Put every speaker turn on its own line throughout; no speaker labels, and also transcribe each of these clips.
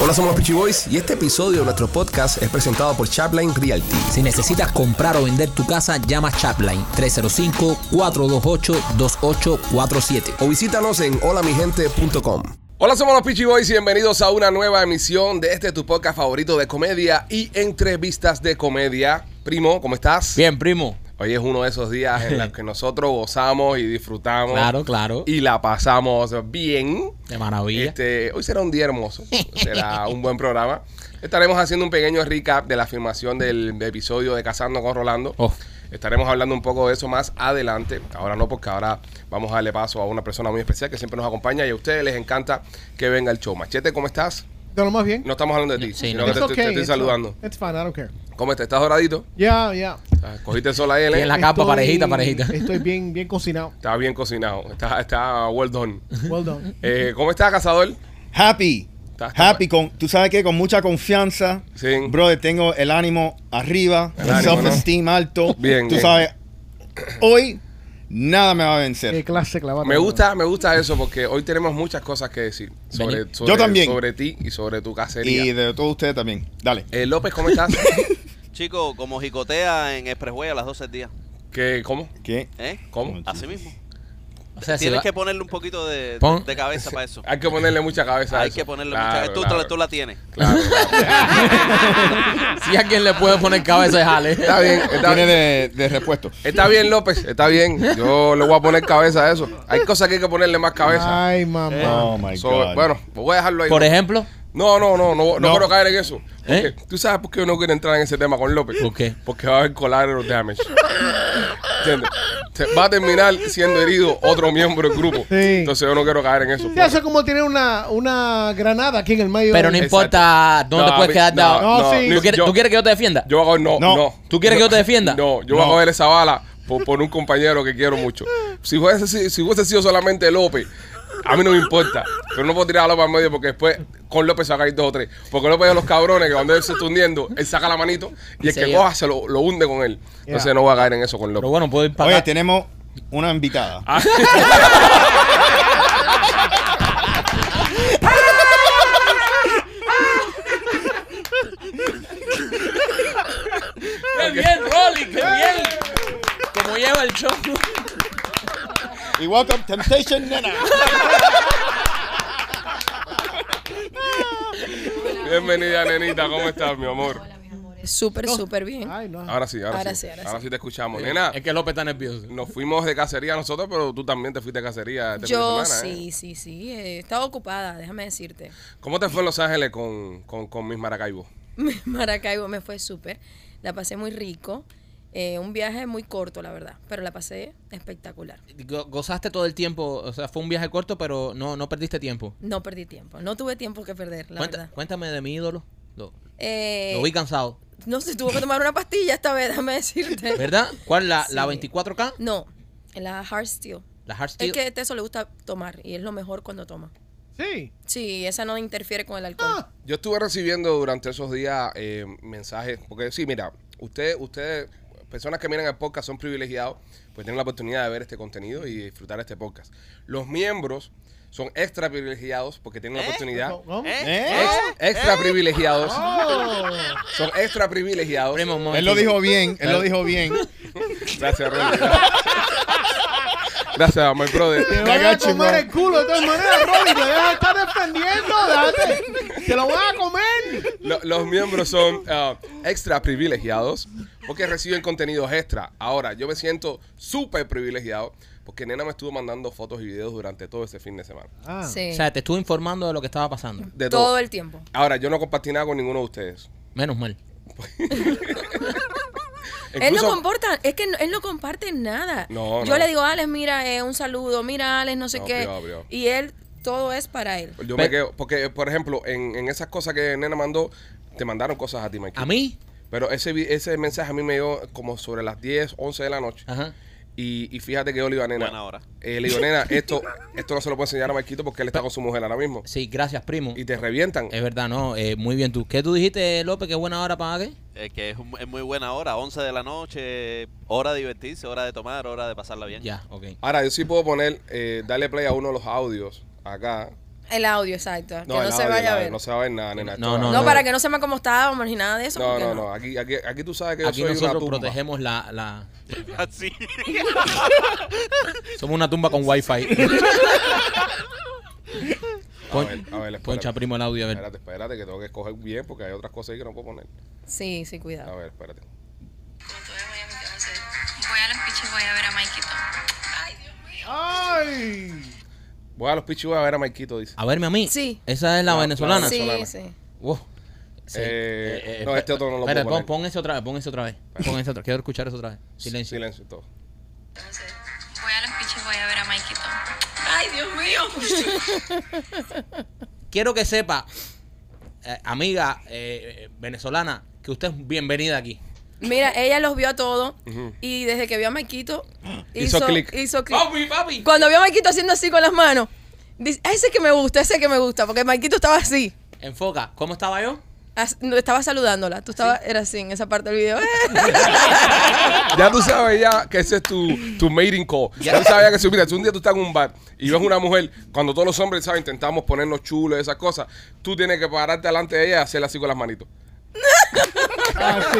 Hola, somos los Peachy Boys y este episodio de nuestro podcast es presentado por Chapline Realty.
Si necesitas comprar o vender tu casa, llama Chapline 305-428-2847.
O visítanos en holamigente.com. Hola, somos los Peachy Boys y bienvenidos a una nueva emisión de este tu podcast favorito de comedia y entrevistas de comedia. Primo, ¿cómo estás?
Bien, primo.
Hoy es uno de esos días en los que nosotros gozamos y disfrutamos.
Claro, claro.
Oh. Y la pasamos bien.
De maravilla.
Este, hoy será un día hermoso. Será un buen programa. Estaremos haciendo un pequeño recap de la filmación del episodio de Cazando con Rolando.
Oh.
Estaremos hablando un poco de eso más adelante. Ahora no, porque ahora vamos a darle paso a una persona muy especial que siempre nos acompaña y a ustedes les encanta que venga el show. Machete, ¿cómo estás?
No, lo más bien.
No estamos hablando de ti,
Sí,
sino que
no.
te,
It's
te- te
okay,
estoy
it's-
saludando.
It's fine, I don't care.
¿Cómo estás? ¿Estás doradito?
Yeah, yeah.
Ah, Cogiste el sol ahí,
Bien
¿eh?
la- capa, parejita, parejita.
Estoy bien, bien cocinado.
Está bien cocinado. Está, está well done.
Well done.
Eh, ¿Cómo está, cazador?
Happy.
Estás-
Happy, con, tú sabes que con mucha confianza,
Sí.
brother, tengo el ánimo arriba,
El
el,
ánimo,
self-esteem alto.
Bien,
tú
bien.
sabes, hoy nada me va a
Qué
vencer.
clase clavada.
Me gusta, me gusta eso porque hoy tenemos muchas cosas que decir sobre,
Vení.
sobre-
Yo también.
sobre ti y sobre tu cacería.
Y de todos ustedes también. Dale.
Eh, López, ¿cómo estás?
Chico, como jicotea en Expressway a las 12 del día.
¿Qué, ¿Cómo?
¿Qué?
¿Eh?
¿Cómo?
Así mismo.
O sea, si
Tienes
va-
que ponerle un poquito de,
Pon-
de cabeza para eso.
Hay que ponerle mucha cabeza. a
Hay
eso.
que ponerle
Claro,
mucha tú, tú
claro.
la- tú la tienes. ¿eh?
Claro, claro.
si alguien le puede poner cabeza de jale.
Está bien, está bien.
Viene de, de repuesto.
Está bien, López, está bien. Yo le voy a poner cabeza a eso. Hay cosas que hay que ponerle más cabeza.
Ay, mamá.
Oh my
So,
God.
bueno, pues voy a dejarlo ahí.
Por ejemplo,
No, no, no, no, no,
No.
quiero caer en eso. Porque
¿Eh?
Tú sabes por qué yo no quiero entrar en ese tema con López.
¿Por qué?
Porque va a haber collateral damage. ¿Entiendes? Se- Va a terminar siendo herido otro miembro del grupo.
Sí.
Entonces yo no quiero caer en eso.
Ya sé cómo tiene una, una granada aquí en el medio.
pero no
del-
Exacto.
importa, no, te
No,
puedes
mi-
quedar
no,
dado.
no, sí.
¿Tú,
ni-
quieres,
yo-
tú quieres que yo te defienda?
Yo hago, no, no.
No.
¿Tú quieres que yo te defienda?
No, yo voy a
No.
coger esa bala por, por un compañero que quiero mucho. Si hubiese, si, si hubiese sido solamente López, a mí no me importa. Pero no puedo tirar a López al medio porque después con López saca dos o tres. Porque López es de los cabrones que cuando él se está hundiendo, él saca la manito y el
Se
que
lleva.
coja se lo, lo hunde con él. Entonces no voy a caer en eso con
Pero
López.
bueno, puedo ir para
Oye,
acá.
tenemos una invitada.
Ah.
¡Qué bien, Rolly! ¡Qué bien! Como lleva el show.
Y welcome Temptation Nena.
Bienvenida, nenita. ¿Cómo estás, mi amor?
Súper, súper bien.
Ah,
Ay, no.
Ahora sí, ahora,
Ahora
sí.
sí, ahora
ahora sí. te escuchamos. Nena,
Es que López está nervioso.
nos fuimos de cacería nosotros, pero tú también te fuiste de cacería este fin
Yo
de semana, ¿eh?
sí, sí, sí. eh, estaba ocupada, déjame decirte.
¿Cómo te fue en Los Ángeles con, con, con Miss Maracaibo?
Maracaibo me fue súper. La pasé muy rico. eh, un viaje muy corto, la verdad. Pero la pasé espectacular.
Go- Gozaste todo el tiempo, o sea, fue un viaje corto, pero no, no perdiste tiempo.
No perdí tiempo. No tuve tiempo que perder, la
Cuenta-
verdad.
cuéntame de mi ídolo. Lo,
Eh,
lo vi cansado.
no se tuvo que tomar una pastilla esta vez, déjame decirte.
¿Verdad? ¿Cuál? ¿La, la
Sí.
24K?
No, en la Hard Steel.
¿La Hard
Es
Steel?
que a Teso le gusta tomar y es lo mejor cuando toma.
Sí.
Sí, esa no interfiere con el alcohol.
Ah.
Yo estuve recibiendo durante esos días eh, mensajes, porque sí, mira, ustedes, ustedes, personas que miran el podcast son privilegiados, pues tienen la oportunidad de ver este contenido y disfrutar este podcast. Los miembros son extra privilegiados porque tienen la oportunidad.
¿Cómo?
¿Eh?
¿Eh?
Ex- extra privilegiados.
Oh.
Son extra privilegiados.
Primo, un
Él lo
momentito.
dijo bien, él lo dijo bien.
Gracias, Rolly. Gracias, my
Te
brother.
I
van a
got you,
comer
bro.
el culo de todas maneras, Rolly. Te dejas estar defendiendo. Date. Te lo van a comer.
Lo- los miembros son ah, extra privilegiados porque reciben contenidos extra. Ahora, yo me siento súper privilegiado porque Nena me estuvo mandando fotos y videos durante todo ese fin de semana.
Ah.
Sí.
O sea, te estuve informando de lo que estaba pasando.
De todo.
todo el tiempo.
Ahora, yo no compartí nada con ninguno de ustedes.
Menos mal.
Él no
Incluso-
comporta, es que no- él no comparte nada.
No,
Yo
no.
le digo, Alex, mira, eh, un saludo, mira, Alex, no sé
No,
qué.
obvio, obvio.
Y él, todo es para él.
Yo
Pe-
me quedo, porque, por ejemplo, en, en esas cosas que Nena mandó, te mandaron cosas a ti, Mikey.
¿A mí?
Pero ese, vi- ese mensaje a mí me llegó como sobre las 10, 11 de la noche.
Ajá.
Y, y fíjate que yo le digo a Nena.
Buena hora.
eh, le digo, Nena, esto, esto no se lo puedo enseñar a Marquito porque él está con su mujer ahora mismo.
Sí, gracias, primo.
Y te revientan.
Es verdad, no. eh, muy bien tú. ¿Qué tú dijiste, López? ¿Qué buena hora para qué?
Eh, que es, un- es muy buena hora, 11 de la noche, hora de divertirse, hora de tomar, hora de pasarla bien.
Ya, ok.
Ahora, yo sí puedo poner, eh, darle play a uno de los audios acá.
El audio, exacto. que
No,
no
el
se
audio,
vaya
el
a
audio,
ver.
No se va a ver nada, nena.
No,
Esto-
No,
no.
para que no se me cómo estábamos ni nada de eso.
No,
porque
no, no. Aquí, aquí, aquí tú sabes que yo
Aquí
soy una
nosotros
tumba.
protegemos la, la-
Así.
Somos una tumba con wifi.
A ver, a ver, espérate.
Poncha primo el audio, a ver.
Espérate, espérate, que tengo que escoger bien porque hay otras cosas ahí que no puedo poner.
Sí, sí,
A
cuidado.
ver, espérate.
Voy a los piches, voy a ver a Maikito.
¡Ay!
Voy a los pichibos a ver a Maikito, dice.
A verme a mí.
Sí.
Esa es la
La- la
venezolana.
venezolana.
Sí,
venezolana.
sí.
Wow. Sí.
Eh, no, este otro no lo
espera,
puedo
pon, pon ese otra vez, pon ese otra vez. Pon ese otra Quiero escuchar eso otra vez. Silencio.
Silencio y todo.
Voy a los piches, voy a ver a Maikito.
Quiero que sepa, eh, amiga eh, eh, venezolana, que usted es bienvenida aquí.
Mira, ella los vio a todos
Ujú.
y desde que vio a Maikito
Hizo
hizo,
clic.
hizo clic.
Papi, papi.
Cuando vio a Maikito haciendo así con las manos, dice, "Ah, ese que me gusta, ese que me gusta, porque Maikito estaba así.
Enfoca. ¿Cómo estaba yo?
as- no, estaba saludándola, tú estabas, era así en esa parte del video.
Ya tú sabes ya que ese es tu, tu mating call. Ya tú sabes ya que si, mira, si un día tú estás en un bar y ves una mujer, cuando todos los hombres, ¿sabes? Intentamos ponernos chulos, esas cosas, tú tienes que pararte delante de ella y hacerle así con las manitos.
Así.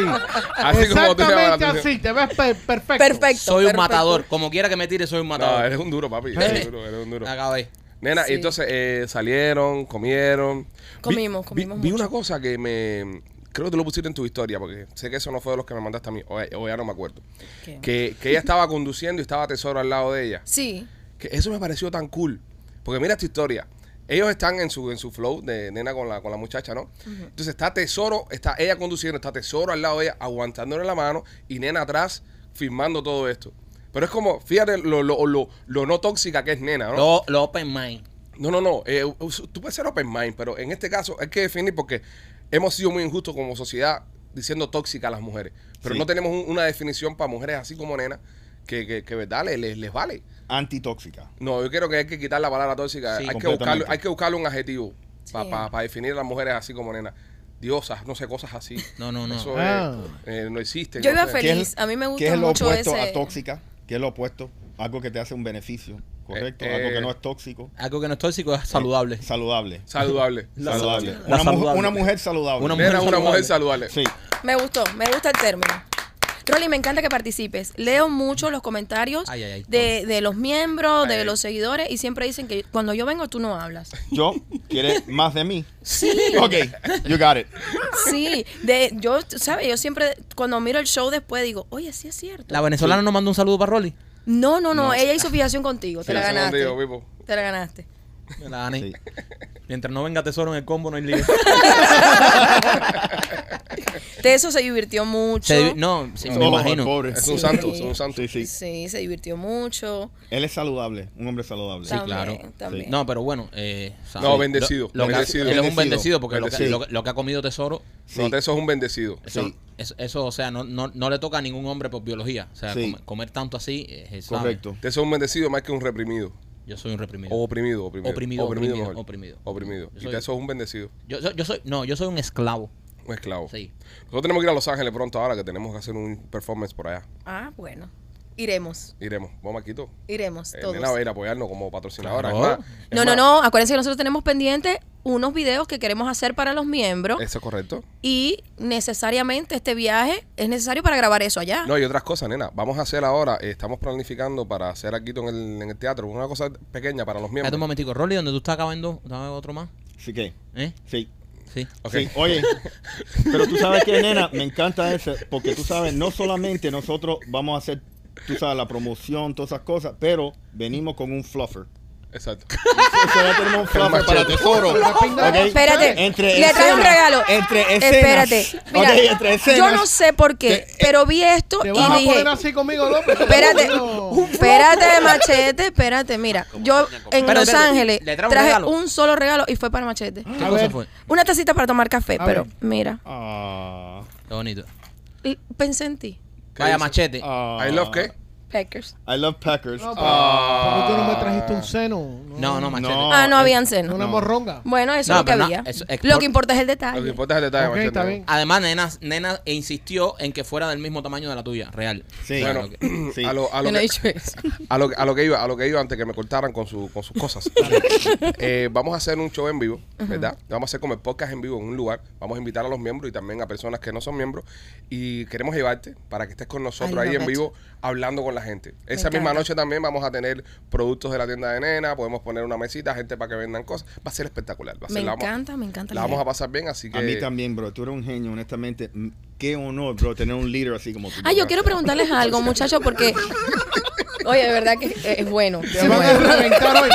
Así como tú llamas
Exactamente
la atención.
así. Te ves per- perfecto.
perfecto.
soy un
perfecto.
matador. Como quiera que me tire, soy un
No,
matador.
eres un duro, papi. Eres un duro, eres un duro.
Acabé.
Nena,
Sí.
y entonces eh, salieron, comieron. Vi-
Comimos,
vi-
comimos
Vi,
mucho.
una cosa que me. Creo que tú lo pusiste en tu historia, porque sé que eso no fue de los que me mandaste a mí, o, o ya no me acuerdo.
¿Qué?
Que, que ella estaba conduciendo y estaba Tesoro al lado de ella.
Sí,
Que eso me pareció tan cool. Porque mira esta historia. Ellos están en su, en su flow de nena con la, con la muchacha, ¿no? Entonces está Tesoro, está ella conduciendo, está Tesoro al lado de ella, aguantándole la mano y nena atrás firmando todo esto. Pero es como, fíjate lo, lo, lo, lo no tóxica que es nena, ¿no?
Lo, lo open mind.
No, no, no. eh, us- tú puedes ser open mind, pero en este caso hay que definir porque hemos sido muy injustos como sociedad diciendo tóxica a las mujeres. Pero
Sí.
no tenemos un- una definición para mujeres así como nena que, que, que verdad les, les, les vale.
Antitóxica.
No, yo creo que hay que quitar la palabra tóxica.
Sí,
hay, que
completamente.
buscarle, hay que buscarle un adjetivo para
Sí.
definir a las mujeres así como nena. Diosas, no sé, cosas así.
No, no, no.
Eso
Ah.
eh, eh, no existe.
Yo
no
iba
sé.
feliz. a mí me gusta
¿Qué es lo
mucho
opuesto
ese-
a tóxica? ¿Qué es lo opuesto? Algo que te hace un beneficio, ¿correcto?
Eh,
Algo
eh.
que no es tóxico.
Algo que no es tóxico es saludable.
Saludable.
Saludable.
La
saludable.
saludable.
Una,
La
mu-
saludable.
una mujer saludable.
Una
Nena,
mujer
una mujer
mujer.
saludable.
Sí.
Me gustó, me gusta el término. Rolly, me encanta que participes. Leo mucho los comentarios
Ay, ay, ay.
de, de los miembros, de
Ay, ay.
los seguidores y siempre dicen que cuando yo vengo tú no hablas.
Yo, ¿quieres más de mí?
Sí,
Ok, you got it.
sí. De, yo, tú ¿sabes? Yo siempre cuando miro el show después digo, oye, sí es cierto.
La venezolana nos mandó un saludo para Rolly.
No, no, no, ella hizo fijación contigo, te la
Fijación
ganaste.
contigo, Pipo.
te la ganaste.
Me la gané.
Sí.
Mientras no venga tesoro en el combo, no hay lío.
De eso se divirtió mucho.
Se- no, sí, me
Oh,
imagino.
pobre.
Es un
Sí.
santo, es un santo.
Sí, sí.
Sí, se divirtió mucho.
Él es saludable, un hombre saludable.
Sí.
Claro.
también.
No, pero bueno. eh, ¿sabes?
No, bendecido,
Lo, lo que-
bendecido.
él es un
Bendecido.
bendecido porque lo que-
Bendecido.
Lo, que, lo que ha comido tesoro,
Sí.
No, eso es un bendecido.
eso,
Sí.
eso, eso, o sea, no, no, no le toca a ningún hombre por biología. O sea,
Sí.
come- comer tanto así, eh, eh, sabe.
Correcto.
Usted es un bendecido más que un reprimido.
Yo soy un reprimido.
O oprimido, oprimido. oprimido,
Oprimido, oprimido,
mejor.
oprimido.
Oprimido. Y
Yo soy-
usted sos un bendecido,
Yo, soy- yo soy, no, yo soy un esclavo.
un
Oh,
esclavo.
Sí.
Nosotros tenemos que ir a Los Ángeles pronto ahora que tenemos que hacer un performance por allá.
Ah, bueno. Iremos,
Iremos. Vamos, Maquito.
iremos
Eh,
todos.
nena va a ir a apoyarnos como patrocinadora.
Claro.
Es más- es
No, no,
más-
no. Acuérdense que nosotros tenemos pendientes unos videos que queremos hacer para los miembros
Eso es correcto.
y necesariamente este viaje es necesario para grabar eso allá.
No, y otras cosas, nena. Vamos a hacer ahora, eh, estamos planificando para hacer aquí en el, en el teatro una cosa pequeña para los
Espérate un
miembros.
momentico. Rolly, donde tú estás acabando, dame otro más.
Así que,
¿Eh?
sí.
Sí.
Ok.
Sí, oye, pero tú sabes que, nena, me encanta eso, porque tú sabes, no solamente nosotros vamos a hacer, tú sabes, la promoción, todas esas cosas, pero venimos con un fluffer.
Exacto.
O sea, ya tenemos un fluffer
machete.
para tesoro. ¿ok?
Espérate,
Entre
le traje un
escenas,
regalo.
Entre escenas.
Espérate, mira,
ok, entre escenas.
yo no sé por qué,
Te-
pero vi esto
Te
y
vas a
dije,
poner así conmigo, López.
espérate,
No.
espérate, machete, espérate, mira, yo en
Espérate,
Los
espérate,
Ángeles
¿le trae un
traje
regalo?
un solo regalo y fue para machete.
¿Qué
A
cosa
ver.
fue?
Una tacita para tomar café,
A
pero
ver.
mira,
Ah,
Qué bonito.
y pensé en ti.
Vaya
dice?
machete.
ah.
I love qué?
Packers.
I love Packers. Ah,
No, ¿Por qué tú no me trajiste un seno?
No, no, machete.
No.
ah, no
eh,
habían seno.
Una
No.
morronga.
Bueno, eso
No,
es lo que
pero no,
había.
eso es
lo
por-
que importa es el
Lo que
detalle.
importa es el detalle,
Ah, Ok,
Machete.
está bien.
Además, nena, nena e insistió en que fuera del mismo tamaño de la tuya, real.
Sí.
Bueno,
Sí.
a, lo, a, lo
Yo no
que,
he dicho eso.
a, lo, a lo que iba, a lo que iba antes que me cortaran con, su, con sus cosas. Eh, vamos a hacer un show en vivo, ¿verdad? Vamos a hacer como el podcast en vivo en un lugar. Vamos a invitar a los miembros y también a personas que no son miembros. Y queremos llevarte para que estés con nosotros
Ay,
ahí
lo
en
que
vivo hablando con la gente. Esa
encanta.
misma noche también vamos a tener productos de la tienda de nena. Podemos poner una mesita, gente para que vendan cosas. Va a ser espectacular. Va a
Me
ser, la vamos-
encanta, me encanta.
La
la
vamos a
idea.
pasar bien, así que.
A mí también, bro. Tú eres un genio, honestamente. Mm, Qué honor, bro, tener un líder así como tú.
Ah, yo quiero preguntarles algo, muchachos, porque. Oye, de verdad que es- es bueno.
Te van a reventar hoy.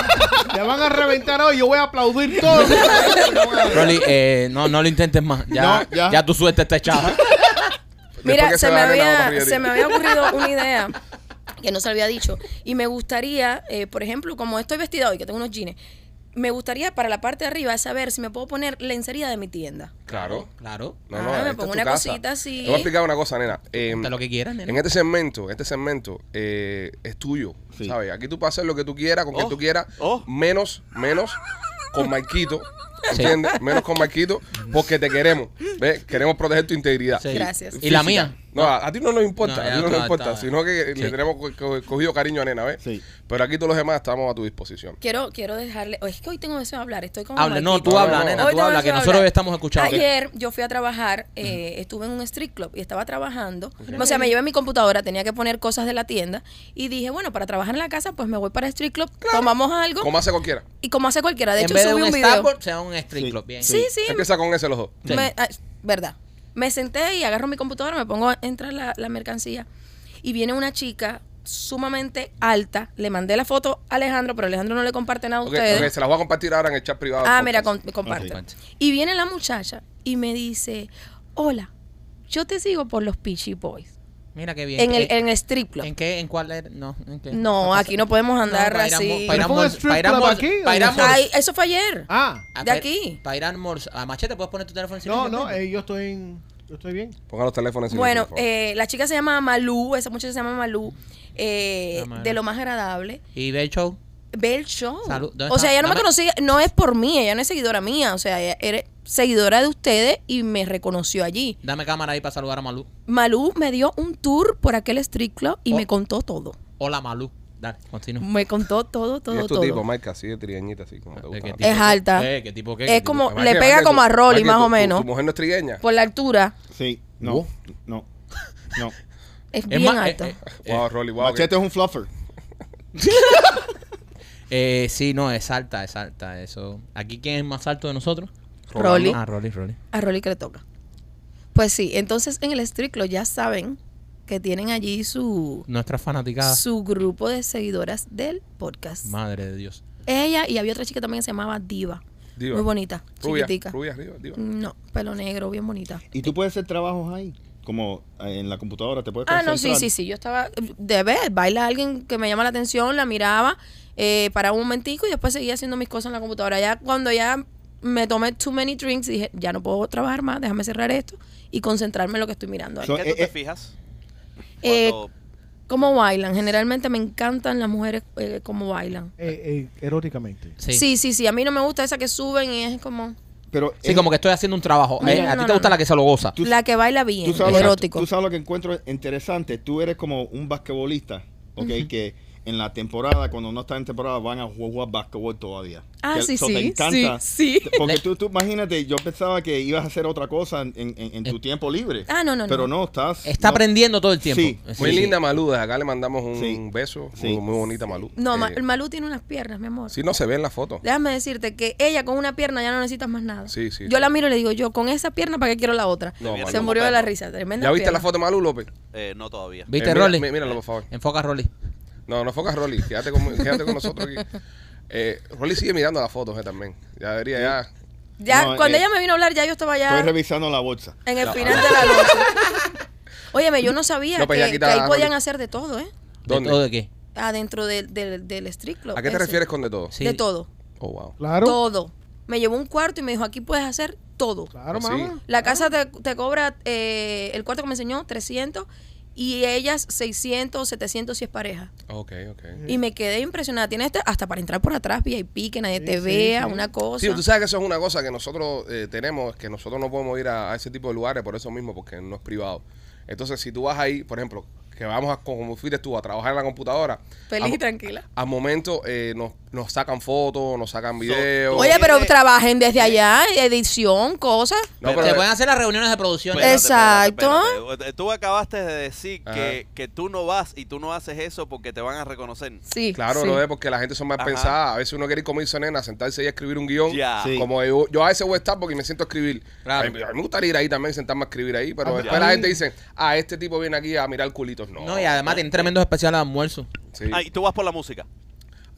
Te van a reventar hoy. Yo voy a aplaudir todo.
Rolly, eh, no, no lo intentes más. Ya,
No, ya.
ya. tu suerte está echada.
después
Mira,
que
se me,
va a ganar otra
había,
mayoría.
se me había ocurrido una idea que no se había dicho. Y me gustaría, eh, por ejemplo, como estoy vestida hoy, que tengo unos jeans, me gustaría para la parte de arriba saber si me puedo poner lencería de mi tienda.
Claro.
Claro.
No, no,
Ah, me
esta es
pongo
tu
una
casa.
cosita así.
Te voy a explicar una cosa, nena.
Em,
Eh,
Ponte lo que quieras, nena.
En este segmento, este segmento eh, es tuyo,
Sí.
¿sabes? Aquí tú puedes hacer lo que tú quieras, con quien
Oh,
tú quieras,
oh.
menos, menos con Marquito,
Sí.
¿entiendes? Menos con Marquito, porque te queremos, ¿ves? Queremos proteger tu integridad.
Sí.
Gracias.
¿Y la mía?
No, a, a ti no nos importa,
No,
a
ya
ti no nos
está,
importa,
está.
sino que le
Sí.
tenemos co- co- cogido cariño a nena, ¿ves?
Sí.
Pero aquí todos los demás estamos a tu disposición.
Quiero, quiero dejarle. oh, es que hoy tengo deseo de hablar, estoy como.
Hable, no,
Marquito.
tú habla,
No,
nena,
Hoy
tú
tengo
habla,
deseo
que
de
nosotros
hablar.
estamos escuchando.
Ayer yo fui a trabajar, eh, estuve en un street club y estaba trabajando. O sea, me llevé mi computadora, tenía que poner cosas de la tienda. Y dije, bueno, para trabajar en la casa, pues me voy para el street club, tomamos algo.
Como hace cualquiera.
Y como hace cualquiera, de
en
hecho
vez de
subí
un,
un video.
Starbucks, sea un street
Sí.
club. Bien.
Sí, sí.
Empieza con ese los dos.
Sí.
me- ah, verdad. Me senté y agarro mi computadora, me pongo a entrar la, la mercancía. Y viene una chica sumamente alta. Le mandé la foto a Alejandro, pero Alejandro no le comparte nada a
Ok,
ustedes.
ok, se las voy a compartir ahora en el chat privado.
Ah,
del
mira,
podcast.
con- comparte.
Ok.
Y viene la muchacha y me dice, hola, yo te sigo por los Peachy Boys.
Mira qué bien.
En el,
¿Qué-
en el strip club.
¿En qué? ¿En cuál? era? No, ¿en qué?
No, aquí no podemos andar
para ir a
así.
mol-
Pero
ir a
fue un
mol-
strip
para ir a
club
mol-
aquí,
para ir a
¿o no?
mol-
Ay, eso fue ayer.
Ah.
Ah,
de
para-
aquí.
Para ir a almorzar. A machete, ¿puedes poner tu teléfono en
No,
silencio?
no, eh, yo estoy en- yo estoy bien.
Pongan los teléfonos en
Bueno,
silencio, por favor.
eh, la chica se llama Malú, esa muchacha se llama Malú, eh,
Ah, madre.
de lo más agradable.
Y ve el show.
Ve el show.
Salud, ¿dónde
O
está?
sea, ella no me
Dame-
conocía, no es por mí, ella no es seguidora mía, o sea, ella era seguidora de ustedes y me reconoció allí.
Dame cámara ahí para saludar a Malú.
Malú me dio un tour por aquel street club y
Oh.
me contó todo.
Hola, Malú. Dale, continúa.
Me contó todo,
Y
todo,
es tu
todo.
tipo, Mike, así de trigueñita, así como te
¿De
gusta.
qué
a ti.
tipo?
Es alta.
Eh, ¿Qué tipo qué?
Es
¿Qué tipo?
como-
Además,
le
que-
pega
además que
como a
tu-
Rolly,
además que
más
tu-
o
tu-
menos. Pues-
Tu mujer no es trigueña.
Por la altura,
Sí. No.
Wow.
No. No.
es,
Es
bien
más,
alta.
eh,
Wow, Rolly, wow.
Machete
que-
es un fluffer.
eh, eh, sí, no, es alta, es alta. Eso. ¿Aquí quién es más alto de nosotros?
Rolly.
Ah, Rolly, Rolly.
A Rolly que le toca. Pues sí, entonces en el street club ya saben que tienen allí su,
Nuestra fanaticada.
su grupo de seguidoras del podcast.
Madre de Dios.
Ella y había otra chica también que se llamaba Diva.
Diva.
Muy bonita,
Rubia,
chiquitica.
rubia arriba, diva.
Mm.
No, pelo negro, bien bonita.
Y tú puedes hacer trabajos ahí. Como eh, en la computadora te puedes
Ah, no, sí,
concentrar.
sí, sí. Yo estaba de ver, baila alguien que me llama la atención, la miraba, eh, paraba un momentico y después seguía haciendo mis cosas en la computadora. Ya cuando ya me tomé too many drinks, dije, ya no puedo trabajar más, déjame cerrar esto y concentrarme en lo que estoy mirando. ahí.
So-
¿En qué tú
eh,
te
eh.
fijas?
Eh,
Cuando-
¿Cómo bailan? Generalmente me encantan las mujeres eh, cómo bailan.
Eh, eh, eróticamente.
Sí.
Sí.
Sí,
sí, sí, A mí no me gusta esa que suben y es como
Pero es-
como que estoy haciendo un trabajo.
Mira,
Eh, a ti
no,
te
no,
gusta
no.
la que se lo goza.
Tú-
la que baila bien,
tú sabes,
erótico.
tú sabes lo que encuentro interesante. Tú eres como un basquetbolista, ¿ok? Que en la temporada, cuando no está en temporada, van a jugar basquetbol todavía.
Ah,
Que-
sí,
so,
sí,
Te encanta.
sí, sí.
Porque tú, tú imagínate, yo pensaba que ibas a hacer otra cosa en, en- en tu tiempo libre.
Ah, no, no, no.
Pero no, estás...
Está
no-
aprendiendo todo el tiempo.
Sí.
Eh,
Muy
sí.
linda Malú, desde acá le mandamos un
Sí.
beso.
Sí.
Muy, muy bonita Malú.
no,
Eh,
Ma- Malú tiene unas piernas, mi amor.
Sí, no se ve en la foto.
Déjame decirte que ella con una pierna ya no necesitas más nada.
Sí, sí,
yo
sí.
la miro y le digo, yo con esa pierna, ¿para qué quiero la otra?
No,
Se
Malú.
murió de la
Perro.
risa, tremenda.
¿Ya viste
pierna.
la foto de Malú, López?
eh, no todavía.
¿Viste,
Eh, mira-
Rolly?
mí- míralo, por favor.
Enfoca a Rolly.
No, no focas Rolly, quédate con, quédate con nosotros aquí. Eh, Rolly sigue mirando las fotos eh, también. Ya debería, ya.
Ya,
No,
cuando
eh,
ella me vino a hablar, ya yo estaba ya
Estoy revisando la bolsa.
en el final de la noche. Óyeme, yo no sabía
No, pues ya
que,
quita
que ahí
a
podían
Rolly.
hacer de todo, ¿eh?
¿Dónde?
¿De todo de qué?
Adentro del, del, del street club.
¿A qué te
ese.
refieres con de todo?
Sí.
De todo,
Oh, wow.
Claro.
todo. Me llevó a un cuarto y me dijo, aquí puedes hacer todo.
Claro,
Sí.
mamá.
La casa te, te cobra, eh, el cuarto que me enseñó, 300 y ellas 600 700 si es pareja.
Ok, ok.
Y me quedé impresionada. Tiene este- hasta para entrar por atrás, VIP, que nadie te vea, una cosa.
Sí, tú sabes que eso es una cosa que nosotros eh, tenemos, que nosotros no podemos ir a, a ese tipo de lugares por eso mismo, porque no es privado. Entonces, si tú vas ahí, por ejemplo, que vamos a, como fuiste tú, a trabajar en la computadora,
Feliz
a-
y tranquila.
al momento eh, nos, nos sacan fotos, nos sacan videos.
Oye, pero
Oye,
trabajen desde allá, edición, cosas.
no,
Se
pero,
pueden hacer las reuniones de producción. Eh,
Espérate,
Exacto.
espérate, espérate. Tú acabaste de decir que,
Ajá.
que tú no vas y tú no haces eso porque te van a reconocer.
Sí.
claro,
sí.
lo es porque la gente son más
Ajá.
pensadas. A veces uno quiere ir comerse nena, sentarse y escribir un guión.
Ya.
Sí.
Como yo, yo a veces voy a estar porque me siento a escribir.
Claro.
A mí, a mí me gustaría ir ahí también, sentarme a escribir ahí, pero
Ah,
después
ya.
la gente dice, ah, este tipo viene aquí a mirar culitos. No,
No, y además tienen tremendos especiales de almuerzo.
Sí.
Ah, y tú vas por la música.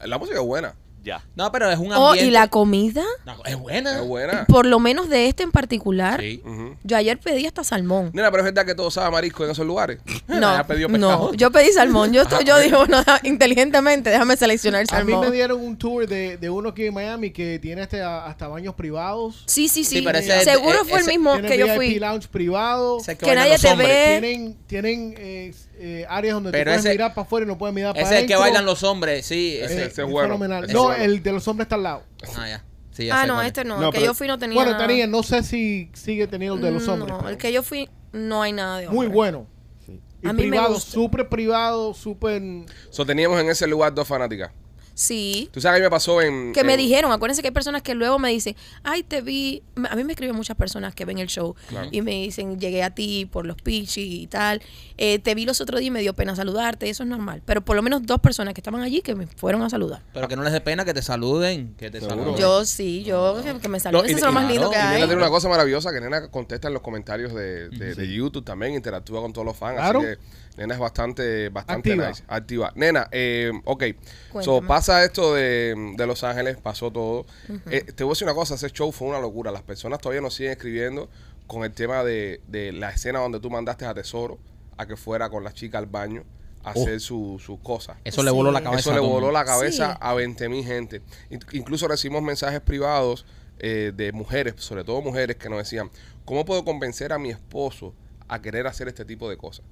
La música es buena,
Ya.
No, pero es un
Oh,
ambiente.
y la comida,
No, es buena.
es buena.
por lo menos de este en particular,
Sí.
Ujú.
yo ayer pedí hasta salmón.
Nena, pero es verdad que todo sabe a marisco en esos lugares.
No,
Ha pedido pescado.
no, yo pedí salmón. Yo, estoy, yo digo, no, inteligentemente, déjame seleccionar
A mí me
salmón.
dieron un tour de, de uno aquí en Miami que tiene hasta, hasta baños privados.
Sí, sí, sí.
Sí, pero ese-
Seguro
eh,
fue
ese-
el mismo
tiene
que yo
VIP
fui.
lounge privado.
Ese
Que
bailan
nadie
los
te
hombres.
ve.
Tienen, tienen eh, eh, áreas donde
Pero
tú puedes
ese-
mirar para afuera y no puedes mirar para
Ese es el que
adentro.
bailan los hombres, sí.
Eh,
Ese-
ese-
ese es bueno.
fenomenal.
Ese
no,
es bueno.
el de los hombres está al lado.
Ah, ya. Sí, ya
Ah,
sé
no,
cuál es.
este no.
No,
el que
pero-
yo fui no tenía.
Bueno,
nada.
tenía, no sé si sigue teniendo el de los hombres.
No,
pero
el que yo fui no hay nada de
Muy
hombre.
bueno. Y
A mí me
privado,
gusta.
súper privado, súper...
So, teníamos en ese lugar dos fanáticas.
Sí.
Tú eh, sabes que a mí me pasó en.
Que me
en-
dijeron, acuérdense que hay personas que luego me dicen, ay, te vi. A mí me escriben muchas personas que ven el show y me dicen, llegué a ti por los pichis y tal. Eh, te vi los otros días y me dio pena saludarte, eso es normal. Pero por lo menos dos personas que estaban allí que me fueron a saludar.
Pero que no les dé pena que te saluden. Que te
Seguro.
saluden.
Yo sí, yo que- que me
No,
saluden,
y-
eso es lo
y-
más
claro,
lindo que
Y
hay.
Nena tiene una cosa maravillosa que Nena contesta en los comentarios de, de- de YouTube también, interactúa con todos los fans.
Claro.
Así que Nena es bastante, bastante
Activa.
nice, activa. Nena, eh, ok. So,
Cuéntame.
pasa esto de, de Los Ángeles, pasó todo. Eh, te voy a decir una cosa, ese show fue una locura. Las personas todavía nos siguen escribiendo con el tema de, de la escena donde tú mandaste a Tesoro a que fuera con la chica al baño a
Oh.
hacer su- sus cosas.
Eso le voló la
Sí.
cabeza.
Eso
a
le
todo el
voló
mundo.
la cabeza
Sí.
a 20 mil gente. In- Incluso recibimos mensajes privados eh, de mujeres, sobre todo mujeres, que nos decían, ¿cómo puedo convencer a mi esposo a querer hacer este tipo de cosas?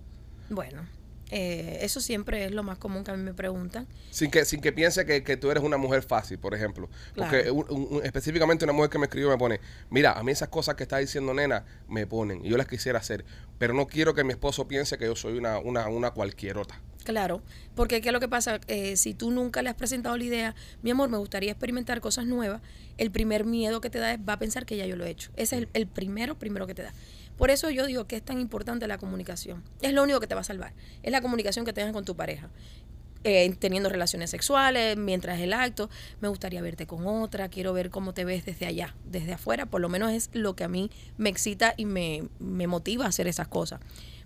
Bueno, eh, eso siempre es lo más común que a mí me preguntan.
Sin que, sin que piense que, que tú eres una mujer fácil, por ejemplo. Porque
Claro.
un- un- un- específicamente una mujer que me escribió me pone, mira, a mí esas cosas que está diciendo nena me ponen y yo las quisiera hacer, pero no quiero que mi esposo piense que yo soy una, una, una cualquierota.
Claro, porque ¿qué es lo que pasa? Eh, si tú nunca le has presentado la idea, mi amor, me gustaría experimentar cosas nuevas, el primer miedo que te da es, va a pensar que ya yo lo he hecho. Ese es el, el primero, primero que te da. Por eso yo digo que es tan importante la comunicación. Es lo único que te va a salvar. Es la comunicación que tengas con tu pareja. eh, teniendo relaciones sexuales, mientras el acto, me gustaría verte con otra, quiero ver cómo te ves desde allá, desde afuera, por lo menos es lo que a mí me excita y me, me motiva a hacer esas cosas.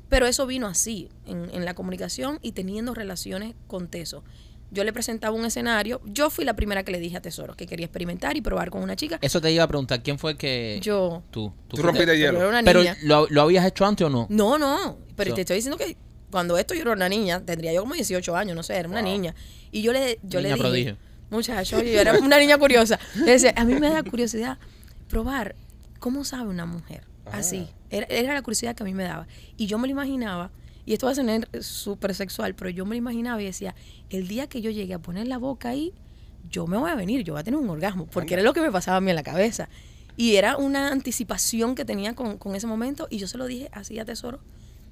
Pero eso vino así, en, en la comunicación y teniendo relaciones con Teso. Yo le presentaba un escenario, yo fui la primera que le dije a Tesoro que quería experimentar y probar con una chica.
Eso te iba a preguntar. ¿Quién fue que.?
Yo,
Tú.
Tú
fuiste-
rompiste
pero yo era
hielo.
una
Eh, Pero
niña.
¿lo, lo habías hecho antes o no?
No, no, pero
So-
te estoy diciendo que cuando esto yo era una niña, tendría yo como 18 años, no sé, era una niña. Y yo le, yo
Niña
le dije,
prodigio.
muchacho, yo era una niña curiosa. Le decía, a mí me da curiosidad probar cómo sabe una mujer.
Ah.
Así, era, era la curiosidad que a mí me daba. Y yo me lo imaginaba, y esto va a sonar súper sexual, pero yo me lo imaginaba y decía, el día que yo llegue a poner la boca ahí, yo me voy a venir, yo voy a tener un orgasmo, porque era lo que me pasaba a mí en la cabeza. Y era una anticipación que tenía con, con ese momento, y yo se lo dije así a Tesoro,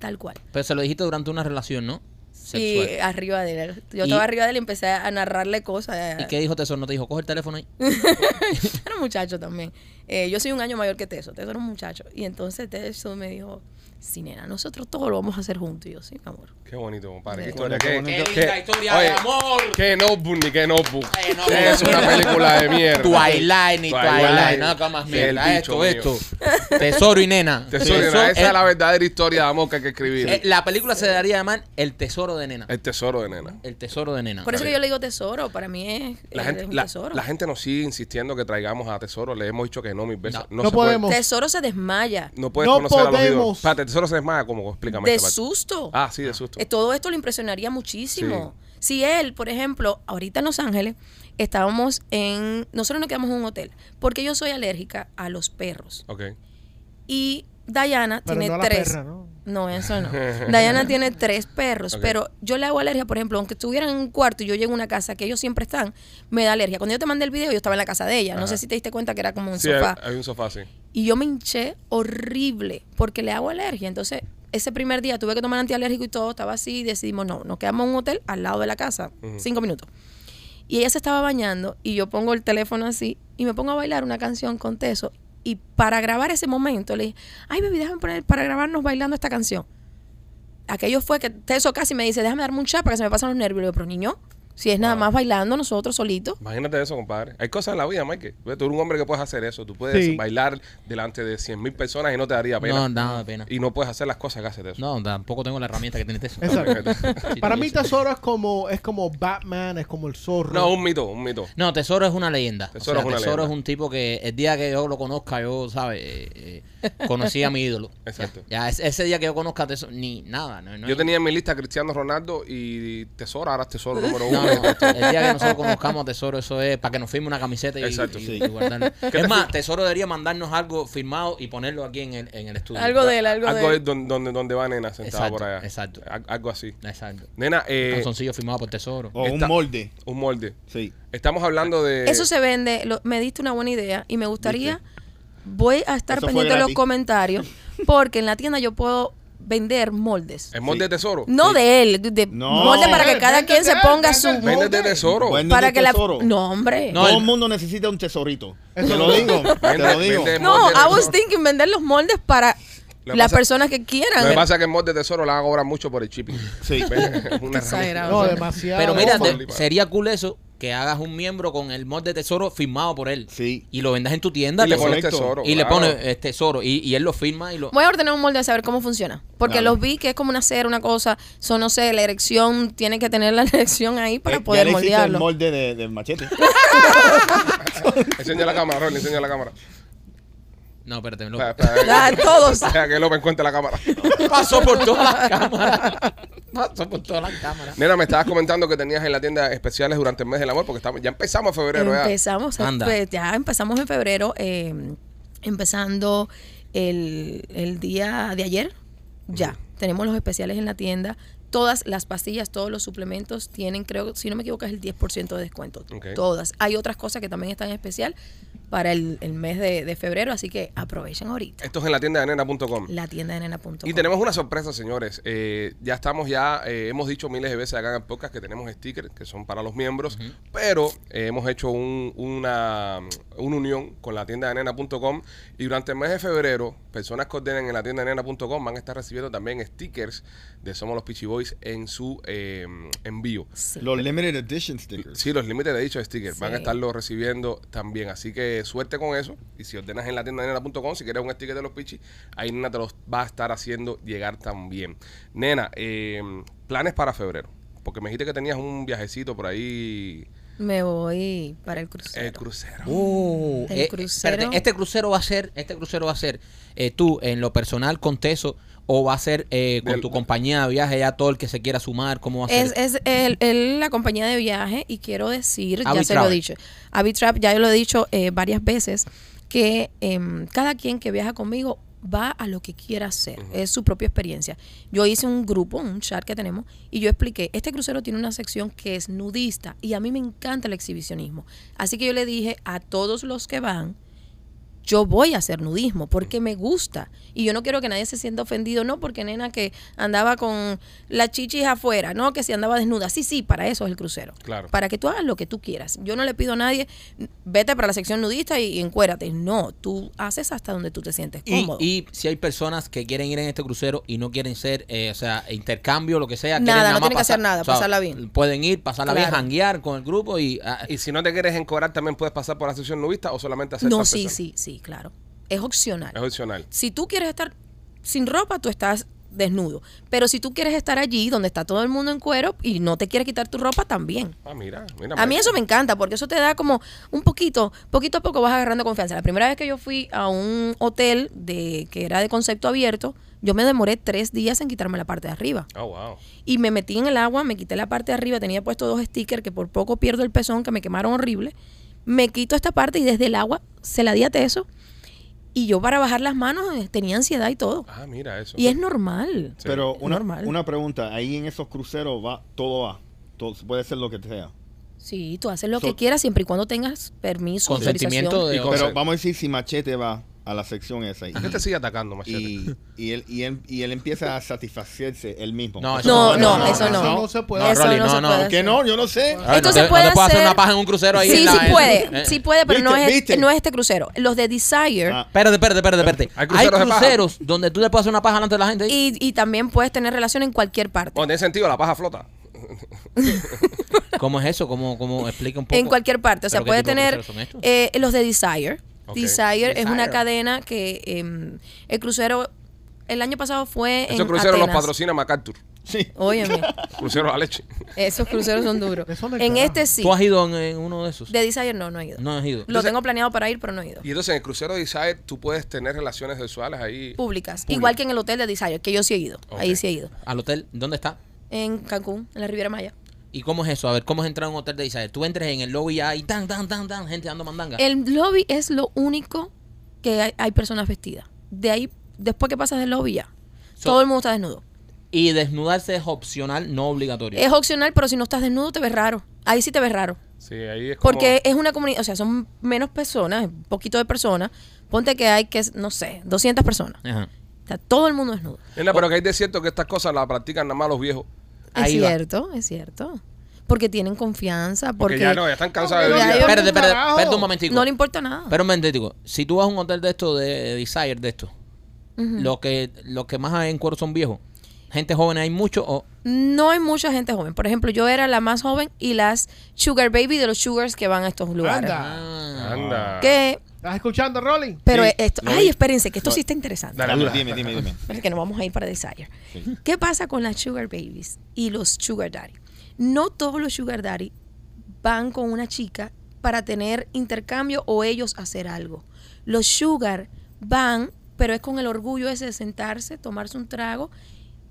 tal cual.
Pero se lo dijiste durante una relación, ¿no?
Sí,
Sexual.
arriba de él. Yo
Y-
estaba arriba de él y empecé a narrarle
ah,
cosas.
¿Y qué dijo Tesoro? ¿No te dijo, coge el teléfono ahí?
Mm.
era un muchacho también. Eh, yo soy un año mayor que Teso. Teso era un muchacho. Y entonces Teso me dijo, sí, nena, nosotros todo lo vamos a hacer juntos. Y yo, sí, mi amor.
Qué bonito, compadre. Qué
Qué
historia.
bonito,
Qué,
qué
bonito.
qué-
Qué linda historia de
oye,
amor.
Qué notebook ni qué notebook.
Eh, no,
es
no, no.
una película de mierda.
Twilight ni Twilight.
Twilight.
No, comas
El
mierda.
bicho
Esto,
mío.
esto. Tesoro y nena.
Te soy
Tesoro-
nena, Esa
eh,
es la verdadera historia de amor que hay que escribir.
eh, La película se daría a llamar El tesoro de nena.
el tesoro de nena.
El tesoro de nena.
Por eso que yo le digo tesoro. Para mí es,
Ah,
eh,
La
es
gente,
un
la,
tesoro.
la gente nos sigue instiendo que traigamos a Tesoro. Le hemos dicho que no mil veces.
No.
No,
No
se puede.
podemos.
Tesoro se desmaya
No puedes
No
conocer a los
podemos.
ídolos. Espérate, Tesoro se desmaya. ¿Cómo? Explícame.
de
esta parte.
susto.
Ah, sí, de susto.
Eh, todo esto le impresionaría muchísimo. Si él, por ejemplo, ahorita en Los Ángeles, estábamos en... Nosotros nos quedamos en un hotel, porque yo soy alérgica a los perros.
Ok.
Y Diana
Pero
tiene
no a la
tres.
perra, ¿no?
No, eso no. Diana tiene tres perros,
Ok.
pero yo le hago alergia, por ejemplo, aunque estuvieran en un cuarto y yo llego a una casa que ellos siempre están, me da alergia. Cuando yo te mandé el video, yo estaba en la casa de ella. No
Ajá.
sé si te diste cuenta que era como un
Sí, hay,
sofá.
hay un sofá, sí.
Y yo me hinché horrible porque le hago alergia. Entonces, ese primer día tuve que tomar antialérgico y todo, estaba así. Y decidimos, no, nos quedamos en un hotel al lado de la casa, cinco minutos. Y ella se estaba bañando y yo pongo el teléfono así y me pongo a bailar una canción con Teso. Y para grabar ese momento le dije, ay, baby, déjame poner para grabarnos bailando esta canción. Aquello fue que Teso casi me dice, déjame darme un chat para que se me pasen los nervios. Le digo, pero niño, si es nada más bailando nosotros solitos.
Imagínate eso, compadre. Hay cosas en la vida, Mike. Tú eres un hombre que puedes hacer eso. Tú puedes
Sí.
bailar delante de 100 mil personas y no te daría pena.
No, nada de pena.
Y no puedes hacer las cosas que haces de eso.
No, tampoco tengo la herramienta que tiene Teso.
Exacto.
Sí,
Para
sí,
mí
sí.
Tesoro es como, es como Batman, es como el zorro.
No, un mito, un mito.
No, Tesoro es una leyenda. O sea,
Tesoro
Tesoro
es una
es
leyenda.
un tipo que el día que yo lo conozca, yo, ¿sabes? Eh, eh, conocí a mi ídolo.
Exacto.
Ya, es- ese día que yo conozca a Tesoro, ni nada. No, no
Yo
hay-
tenía en mi lista a Cristiano Ronaldo y Tesoro, ahora es Tesoro número uno.
No, no, el día que nosotros conozcamos a Tesoro, eso es para que nos firme una camiseta y,
Exacto.
y-
Sí.
y guardarlo. Es más, Tesoro debería mandarnos algo firmado y ponerlo aquí en el, en el estudio.
Algo de él, algo,
Algo
de
es
él.
don- donde, donde va Nena sentada
Exacto,
por allá.
exacto.
Al- Algo así.
Exacto.
Nena, eh, oh,
Calzoncillo firmado por Tesoro.
O
Está-
un molde.
un molde.
Sí.
Estamos hablando de...
Eso se vende, lo- me diste una buena idea y me gustaría, voy a estar
Eso fue
pendiente de los
gratis.
comentarios, porque en la tienda yo puedo vender moldes.
¿El molde de
Sí.
tesoro?
No de él, de
No.
molde para que
Vende,
cada
vende
quien se
él,
ponga
vende
su...
él.
Vende de
Molde.
tesoro.
Bueno.
Para
un
que la...
tesoro.
No, hombre.
No,
No,
Todo
el-
el mundo necesita un tesorito.
Eso
te
no.
lo digo. te
Vende-
lo digo.
vende- molde de
I was
tesoro.
thinking vender los moldes para
Lo que
las
pasa-
personas que
Lo que
quieran.
pasa es que el molde de tesoro la van a cobrar mucho por el shipping.
Sí.
Es una
Exagerado.
No,
herramienta.
demasiado.
Pero mira,
Toma.
te- sería cool eso que hagas un miembro con el mod de Tesoro firmado por él.
Sí.
Y lo vendas en tu tienda.
Y le
Tesoro.
pones
Correcto.
tesoro.
y le
claro.
pone eh, tesoro y, y él lo firma y lo
Voy a ordenar un molde a saber cómo funciona. Porque
Dale.
los vi que es como una cera, una cosa. Son, no sé, la erección, tiene que tener la erección ahí para
Eh, ya
poder
le hiciste el
moldearlo.
molde de, del machete.
Enseña la cámara, Ronnie, enseña la cámara.
no espérate
Espera,
lo...
espera,
Ah, todos.
Deja que López encuentre la cámara.
pasó por todas las cámaras pasó por todas las cámaras
Nena, me estabas comentando que tenías en la tienda especiales durante el mes del amor, porque estamos, ya empezamos febrero. ya.
Empezamos, a-
Anda.
pues, ya empezamos en febrero, eh, empezando el, el día de ayer, ya. Tenemos los especiales en la tienda. Todas las pastillas, todos los suplementos tienen, creo, si no me equivoco, es el 10% de descuento.
Ok.
Todas. Hay otras cosas que también están en especial para el, el mes de, de febrero, así que aprovechen ahorita.
Esto es en la tienda de nena.com.
La tienda de nena.com.
Y tenemos una sorpresa, señores. Eh, ya estamos ya, eh, hemos dicho miles de veces acá en el podcast que tenemos stickers que son para los miembros, pero eh, hemos hecho un- una, una unión con la tienda de nena.com y durante el mes de febrero, personas que ordenen en la tienda de nena.com van a estar recibiendo también stickers de Somos los Peachy Boys en su eh, envío.
Sí.
Los limited edition stickers.
Sí, los límites de dicho sticker. Van a
Sí.
estarlo recibiendo también. Así que suerte con eso. Y si ordenas en la tienda de nena.com, si quieres un sticker de los pichis, ahí Nena te los va a estar haciendo llegar también. Nena, eh, planes para febrero. Porque me dijiste que tenías un viajecito por ahí.
Me voy para el crucero.
El crucero.
Uh,
El
eh,
crucero.
espérate, este crucero va a ser este crucero va a ser eh, tú en lo personal con Teso o va a ser eh, con
Del-
tu compañía de viaje ya todo el que se quiera sumar cómo va a ser
Es, es el- el- la compañía de viaje y quiero decir,
Avi
ya se lo he
Travel.
dicho, Avi Trap, ya yo lo he dicho eh, varias veces, que em, cada quien que viaja conmigo va a lo que quiera hacer, es su propia experiencia. Yo hice un grupo, un chat que tenemos, y yo expliqué, este crucero tiene una sección que es nudista y a mí me encanta el exhibicionismo. Así que yo le dije a todos los que van, yo voy a hacer nudismo porque me gusta y yo no quiero que nadie se sienta ofendido, no porque nena que andaba con las chichis afuera, no que si andaba desnuda. Sí, sí, para eso es el crucero.
Claro.
Para que tú hagas lo que tú quieras. Yo no le pido a nadie, vete para la sección nudista y, y encuérate. No, tú haces hasta donde tú te sientes
y,
cómodo.
y si hay personas que quieren ir en este crucero y no quieren ser, eh, o sea, intercambio, lo que sea.
Nada,
quieren
no
más
tienen que hacer nada, pasarla bien.
Pueden ir, pasarla bien,
Claro.
janguear con el grupo y... ah,
Y si no te quieres encobrar, también puedes pasar por la sección nubista o solamente hacer
no,
tal
sí,
persona.
sí, sí, claro. Es opcional.
Es opcional.
Si tú quieres estar sin ropa, tú estás desnudo. Pero si tú quieres estar allí donde está todo el mundo en cuero y no te quieres quitar tu ropa, también.
Ah, mira, mira.
A mí
Mike.
eso me encanta porque eso te da como un poquito, poquito a poco vas agarrando confianza. La primera vez que yo fui a un hotel de que era de concepto abierto, yo me demoré tres días en quitarme la parte de arriba.
Oh, wow.
Y me metí en el agua, me quité la parte de arriba, tenía puesto dos stickers que por poco pierdo el pezón, que me quemaron horrible. Me quito esta parte y desde el agua se la di a Teso. Y yo para bajar las manos eh, tenía ansiedad y todo.
Ah, mira eso.
Y es normal.
Sí.
Pero una,
normal.
una pregunta, ahí en esos cruceros va, todo va, todo, puede ser lo que sea.
Sí, tú haces lo
So-
que quieras siempre y cuando tengas permiso,
Consentimiento
autorización.
de
Y con-
Pero
sé.
vamos a decir si Machete va a la sección esa y,
¿Por qué te sigue atacando, Machete?
y, y él, y, él, y él empieza a satisfacerse él mismo.
No, eso
No,
No,
no,
no,
eso
eso
no.
no se puede.
No,
Eso
Rolly,
no, se
no, no.
puede.
Que
hacer.
no, yo no sé.
Ay,
Esto
no
se
te-
puede
no te puedes hacer
hacer-
una paja en un crucero ahí. en
Sí,
la-
sí
en-
puede,
eh.
sí puede, pero no
¿Viste?
es,
¿Viste?
no es este crucero. Los de Desire
Ah.
Espérate, espérate, espérate, espérate.
Hay
Hay
cruceros
cruceros,
de paja.
donde tú te puedes hacer una paja delante de la gente. ahí.
y, y también puedes tener relación en cualquier parte.
Bueno, tiene sentido, la paja flota.
¿Cómo es eso? ¿Cómo, cómo explica un poco?
En cualquier parte. O sea,
¿Pero qué
puede
tipo de
tener
cruceros son estos?
eh, los de Desire.
Ok.
Desire. es una
Desire.
cadena que em, el crucero el año pasado fue
Esos
en
cruceros los
Atenas.
patrocina MacArthur.
Sí.
Óyeme,
Cruceros a la leche.
esos cruceros son duros.
Eso no es
en
carajo.
este sí.
¿Tú has ido en, en uno de esos?
De Desire no, no he ido.
No has ido.
Lo tengo planeado para ir, pero no he ido.
Y entonces en el crucero de Isaac tú puedes tener relaciones sexuales ahí.
Públicas. Igual que en el hotel de Desire, que yo sí he ido. Ahí
Ok.
sí he ido.
¿Al hotel? ¿Dónde está?
En Cancún, en la Riviera Maya.
¿Y cómo es eso? A ver, ¿cómo es entrar a un hotel de Isabel? Tú entras en el lobby ya y tan, tan, tan, tan, gente dando mandanga.
El lobby es lo único que hay, hay personas vestidas. De ahí, después que pasas del lobby ya.
So-
todo el mundo está desnudo.
Y desnudarse es opcional, no obligatorio.
Es opcional, pero si no estás desnudo te ves raro. Ahí sí te ves raro.
Sí, ahí es como...
Porque es una comunidad, o sea, son menos personas, un poquito de personas. Ponte que hay, que no sé, 200 personas.
Ajá.
Está todo el mundo desnudo.
Nena, pero que hay de cierto que estas cosas las practican nada más los viejos.
Ahí
es
va.
cierto, es cierto. Porque tienen confianza,
Porque
porque,
ya no, ya están cansados de
Porque
vivir.
ya
yo-
Espérate, espérate,
carajo.
espérate un momentico.
no le importa nada.
Espera un momentico. Si tú vas a un hotel de esto, de Desire, de esto,
Ujú.
lo, que, lo que más hay en cuero son viejos. Gente joven hay mucho o...
No hay mucha gente joven. Por ejemplo, yo era la más joven y las sugar baby de los sugars que van a estos lugares.
Anda.
Ah.
Anda.
Que,
¿Estás escuchando, Rolly?
pero
Sí,
esto,
lo
ay,
vi.
espérense, que esto
Lo-
sí está interesante.
Dale,
Dale,
habla.
dime, dime, dime.
Pero es que nos vamos a ir para Desire.
Sí.
¿Qué pasa con las sugar babies y los sugar daddy? No todos los sugar daddy van con una chica para tener intercambio o ellos hacer algo. Los sugar van, pero es con el orgullo ese de sentarse, tomarse un trago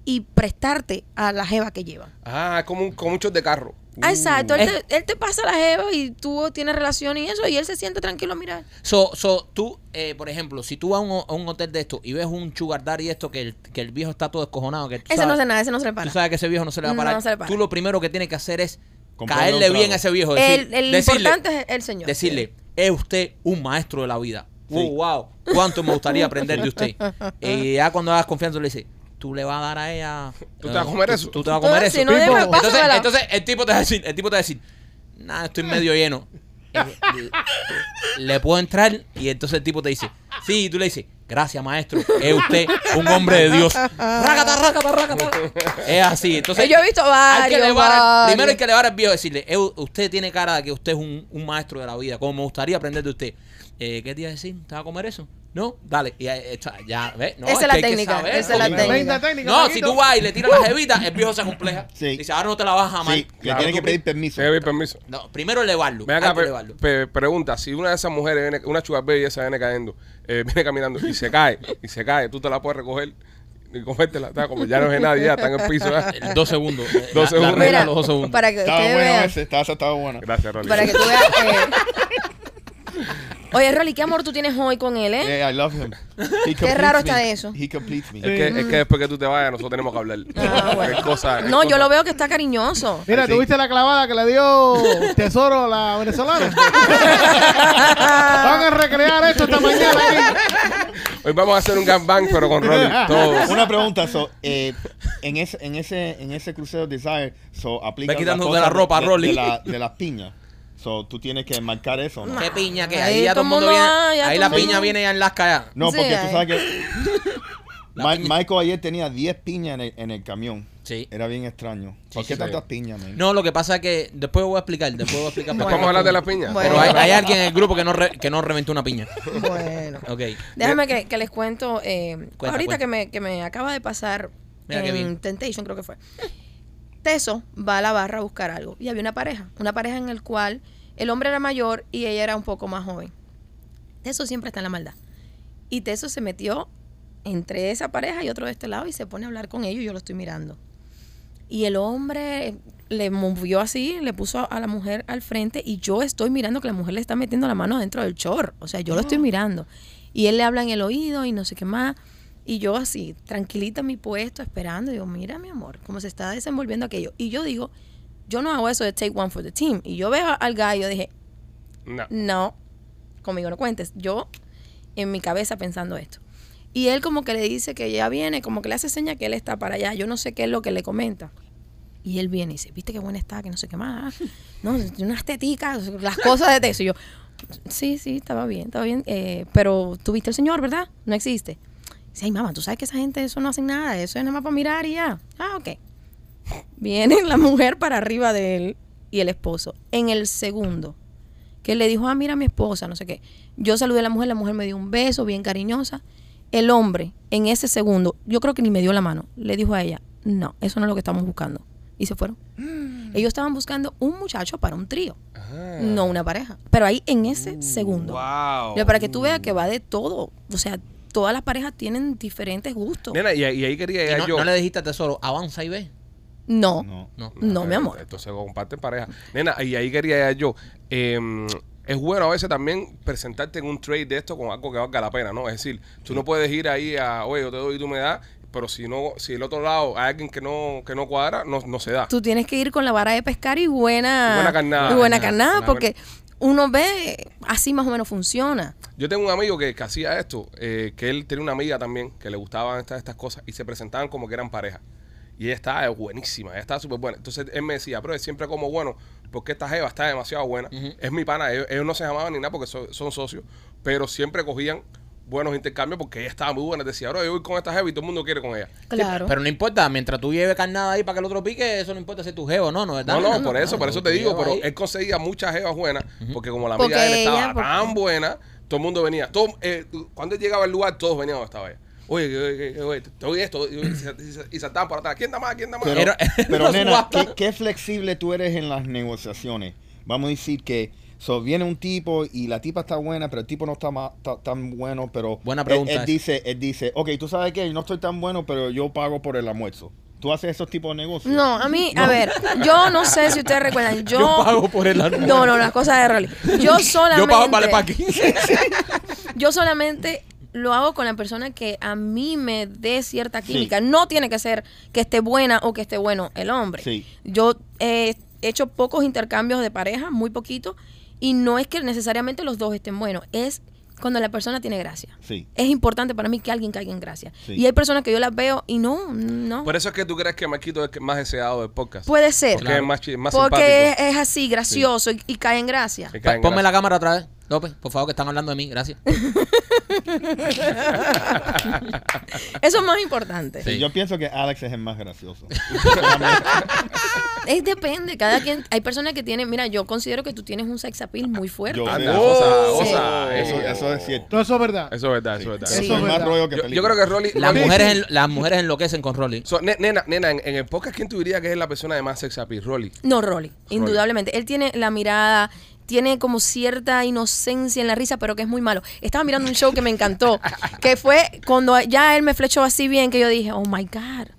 y prestarte a la jeva que llevan.
Ah, es como, un, como muchos de carro.
Uh,
Ah, exacto. Él,
eh.
Es-
te, él te pasa la jeva y tú tienes relación y eso, y él se siente tranquilo a mirar.
So, so, tú, eh, por ejemplo, si tú vas a un, a un hotel de esto y ves un sugar daddy esto que el, que el viejo está todo descojonado, que tú
Ese
sabes-
no hace nada, ese no se le para.
Tú sabes que ese viejo no se le va a
No,
parar.
no se le para.
Tú lo primero que tienes que hacer es
Comprarle
caerle
un
bien
trago.
a ese viejo.
El,
decir-
el
decirle-
importante es el señor.
decirle, es usted un maestro de la vida. Wow, wow, cuánto me gustaría aprender de usted. Y ya cuando hagas confianza le dice, tú le vas a dar a ella. eh,
¿Tú te vas a comer eso?
Tú te vas a comer
Ah,
eso.
si no, déjame,
Pipo. entonces,
pásamela.
entonces el tipo te va a decir, el tipo te va a decir, nada, estoy medio lleno. Eh, le puedo entrar y entonces el tipo te dice, sí, y tú le dices, gracias maestro, es usted un hombre de Dios. Rácata, rácata, rácata. Es así, entonces
Yo he visto
hay que
varios,
elevar al-
varios.
primero hay que elevar al viejo y decirle, "Eh, usted tiene cara de que usted es un, un maestro de la vida, como me gustaría aprender de usted. Eh, ¿Qué te iba a decir? ¿Te vas a comer eso? No, dale, y ahí está, ya, ¿ves? No,
Esa es
que
la
hay que
técnica,
saber
esa es la
comer.
técnica.
Venga, técnica.
No, si
Paquito.
tú vas y le tiras la jevita, el viejo se compleja.
Uh. Sí.
Dice, ahora no te la vas a amar.
Sí,
Claro,
le tienes
tú
que
pi-
pedir permiso.
Te doy permiso.
No, primero elevarlo.
Me haga
hay que elevarlo.
pregunta, si una de esas mujeres, viene, una sugar baby esa viene cayendo, eh, viene caminando y se cae, y se cae, tú te la puedes recoger y comértela, está como ya no es nadie, ya está en el piso. ya.
El Dos segundos. Eh,
Dos
la- la
segundos.
regla
Mira,
de los dos segundos.
para que
Estaba
ustedes
bueno
vean.
ese, estaba, estaba bueno.
Gracias, Rolly.
Para que tú veas. eh. Oye, Rolly, ¿qué amor tú tienes hoy con él, eh?
Yeah, I love him. He
Qué raro
completes
está
me.
eso.
He completes me.
Es que, es que después que tú te vayas, nosotros tenemos que hablar.
Ah, bueno.
Es cosa- es
No, yo
cosa-
lo veo que está cariñoso.
Mira,
Ahí sí.
¿tuviste la clavada que le dio Tesoro a la venezolana? Van a recrear esto esta mañana. ¿eh?
Hoy vamos a hacer un gangbang, pero con Rolly. Todos.
Ah, Una pregunta, so, eh, en, ese, en, ese, en ese crucero Desire, so, aplica
Ve quitando
una cosa
de la ropa,
de,
Rolly.
De, la, de las piñas. So, tú tienes que marcar eso, ¿no?
Qué piña que
Ahí
ahí ya todo el mundo viene.
ah, ya
ahí
todo
la
el mundo.
piña viene ya en las calles.
No,
Sí,
porque tú
ahí.
sabes que Ma- Michael ayer tenía 10 piñas en el, en el camión.
Sí.
Era bien extraño. ¿Por
sí,
qué
sí.
tantas piñas, man?
No, lo que pasa es que después voy a explicar, después voy a explicar. por
Después
qué.
vamos a hablar de las piñas.
Bueno.
Pero hay, hay alguien en el grupo que no, re- que no reventó una piña.
Bueno.
Ok.
Eh,
Déjame que, que les cuento. eh,
Cuenta, cuenta.
ahorita Que, me, que me acaba de pasar
Mira qué
en
bien.
Temptation, creo que fue. Teso va a la barra a buscar algo. Y había una pareja. Una pareja en el cual el hombre era mayor y ella era un poco más joven. Teso siempre está en la maldad. Y Teso se metió entre esa pareja y otro de este lado y se pone a hablar con ellos. y Yo lo estoy mirando. Y el hombre le movió así, le puso a- a la mujer al frente y yo estoy mirando que la mujer le está metiendo la mano dentro del chor. O sea, yo lo estoy mirando. Y él le habla en el oído y no sé qué más. Y yo así, tranquilita en mi puesto, esperando. Digo, mira, mi amor, cómo se está desenvolviendo aquello. Y yo digo, yo no hago eso de take one for the team. Y yo veo al guy y yo dije,
No.
no, conmigo no cuentes. Yo en mi cabeza pensando esto. Y él como que le dice que ya viene, como que le hace seña que él está para allá. Yo no sé qué es lo que le comenta. Y él viene y dice, viste qué buena está, que no sé qué más. No, tiene unas teticas, las cosas de texto. Y yo, sí, sí, estaba bien, estaba bien. eh, pero tú viste el señor, ¿verdad? No existe. Dice, ay, mamá, tú sabes que esa gente, eso no hacen nada. Eso es nada más para mirar y ya. Ah, ok. Viene la mujer para arriba de él y el esposo. En el segundo, que le dijo, ah, mira mi esposa, no sé qué. Yo saludé a la mujer, la mujer me dio un beso bien cariñosa. El hombre, en ese segundo, yo creo que ni me dio la mano, le dijo a ella, no, eso no es lo que estamos buscando. Y se fueron. Ellos estaban buscando un muchacho para un trío,
Mm.
no una pareja. Pero ahí en ese segundo.
Wow.
Pero Para que tú veas que va de todo. O sea, todas las parejas tienen diferentes gustos.
Ah. Nena, y, ahí- y ahí quería
Y
llegar
no,
yo.
no le dijiste a tesoro, avanza y ve.
No, no,
No.
No.
eh,
mi amor.
Entonces comparten pareja. Nena, y ahí quería llegar yo. Eh, es bueno a veces también presentarte en un trade de esto con algo que valga la pena, ¿no? Es decir, tú no puedes ir ahí a, oye, yo te doy y tú me das, pero si no, si el otro lado hay alguien que no, que no cuadra, no, no se da.
Tú tienes que ir con la vara de pescar y buena...
Y buena carnada.
y buena
Buena-
carnada,
buena-
porque uno ve, así más o menos funciona.
Yo tengo un amigo que, que hacía esto, eh, que él tenía una amiga también que le gustaban estas, estas cosas y se presentaban como que eran pareja. Y ella estaba buenísima, ella estaba súper buena. Entonces él me decía, pero siempre como bueno, porque esta jeva está demasiado buena. Es mi pana, ellos, ellos no se llamaban ni nada porque so- son socios, pero siempre cogían buenos intercambios porque ella estaba muy buena. Decía, bro, yo voy con esta jeva y todo el mundo quiere con ella.
Claro.
Pero no importa, mientras tú lleves carnada ahí para que el otro pique, eso no importa si es tu jevo o no, no, ¿verdad?
No, no, por eso, por
tú-
eso
tú
te digo,
llevas
pero
ahí.
él conseguía muchas jevas buenas, porque como la amiga
Porque
de él estaba
ella, porque-
tan buena, todo el mundo venía. Todo, eh, cuando él llegaba al lugar, todos venían donde estaba ella. Oye, que- que- que- oye, te oye esto, y, y- y saltaban por atrás. ¿Quién da más? ¿Quién da más?
Pero,
Era-
pero,
los
nena,
guapos.
¿qué, qué flexible tú eres en las negociaciones. Vamos a decir que so, viene un tipo y la tipa está buena, pero el tipo no está, ma- ta- tan bueno, pero
Buena
él-
pregunta
Él,
esa.
dice, él dice, ok, tú sabes que yo no estoy tan bueno, pero yo pago por el almuerzo. ¿Tú haces esos tipos de negocios?
No, a mí, a ver, yo no sé si ustedes recuerdan, yo...
Yo pago por el almuerzo.
No, no, las cosas de rally. Yo solamente...
Yo pago vale para 15.
Yo solamente lo hago con la persona que a mí me dé cierta química. No tiene que ser que esté buena o que esté bueno el hombre.
Sí.
Yo eh, he hecho pocos intercambios de pareja, muy poquito, y no es que necesariamente los dos estén buenos, es cuando la persona tiene gracia.
Sí.
Es importante para mí que alguien caiga en gracia.
Sí.
Y hay personas que yo las veo y no, no.
Por eso es que tú crees que Marquito es el que más deseado del podcast.
Puede ser.
porque es más, chi- más
Porque es,
simpático.
es así, gracioso y, y cae en gracia.
Se caen,
Pa- Ponme la
gracias.
cámara otra vez, López, por favor, que están hablando de mí, gracias.
Eso es más importante.
Sí,
Sí.
Yo pienso que Alex es el más gracioso.
Es depende, cada quien, hay personas que tienen, mira, yo considero que tú tienes un sex appeal muy fuerte.
Yo
Anda,
Sí.
osa,
Sí.
osa.
eso,
Eh,
eso es cierto.
Todo eso es verdad.
Eso es verdad,
Sí.
eso es verdad.
Sí.
Eso es más
verdad.
rollo que
Yo, yo
película.
creo que Rolly...
Las
Rolly-
mujeres, en- las mujeres enloquecen con Rolly.
So, ne- nena, nena, en, en el podcast, ¿quién tú dirías que es la persona de más sex appeal? Rolly.
No, Rolly, indudablemente. Él tiene la mirada, tiene como cierta inocencia en la risa, pero que es muy malo. Estaba mirando un show que me encantó, que fue cuando ya él me flechó así bien, que yo dije, oh my God,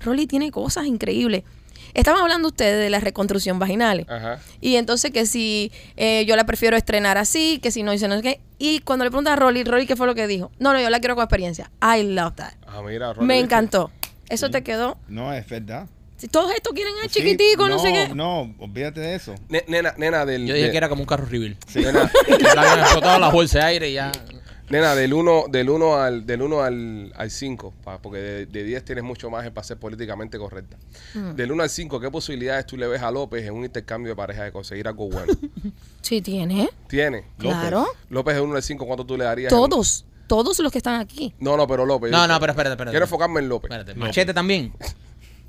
Rolly tiene cosas increíbles. Estaban hablando ustedes de la reconstrucción vaginal.
Ajá.
Y entonces que si eh, yo la prefiero estrenar así, que si no dice no sé qué. Y cuando le pregunté a Rolly, Rolly, ¿qué fue lo que dijo? No, no, yo la quiero con experiencia. I love that.
Ah, mira, Rolly.
Me
¿viste?
encantó. Eso te quedó.
No, es verdad.
Si todos estos quieren a
Sí,
Ah, chiquitico, no, sé qué.
No, olvídate de eso.
Ne- nena, nena del...
Yo dije
de-
que era como un carro reveal.
nena-
Le habían explotado las bolsas de aire y ya.
Pues Nena, del 1 del uno al del uno al, al 5, pa- porque de de 10 tienes mucho más para ser políticamente correcta.
Mm.
Del 1 al 5, ¿qué posibilidades tú le ves a López en un intercambio de pareja de conseguir algo bueno?
Sí, tiene.
¿Tiene?
Claro.
López, del 1 al 5, ¿cuánto tú le darías? en-
Todos. Todos los que están aquí.
No, no, pero López.
No,
yo-
no, pero espérate, espérate.
Quiero pues. enfocarme en López.
Espérate, machete también.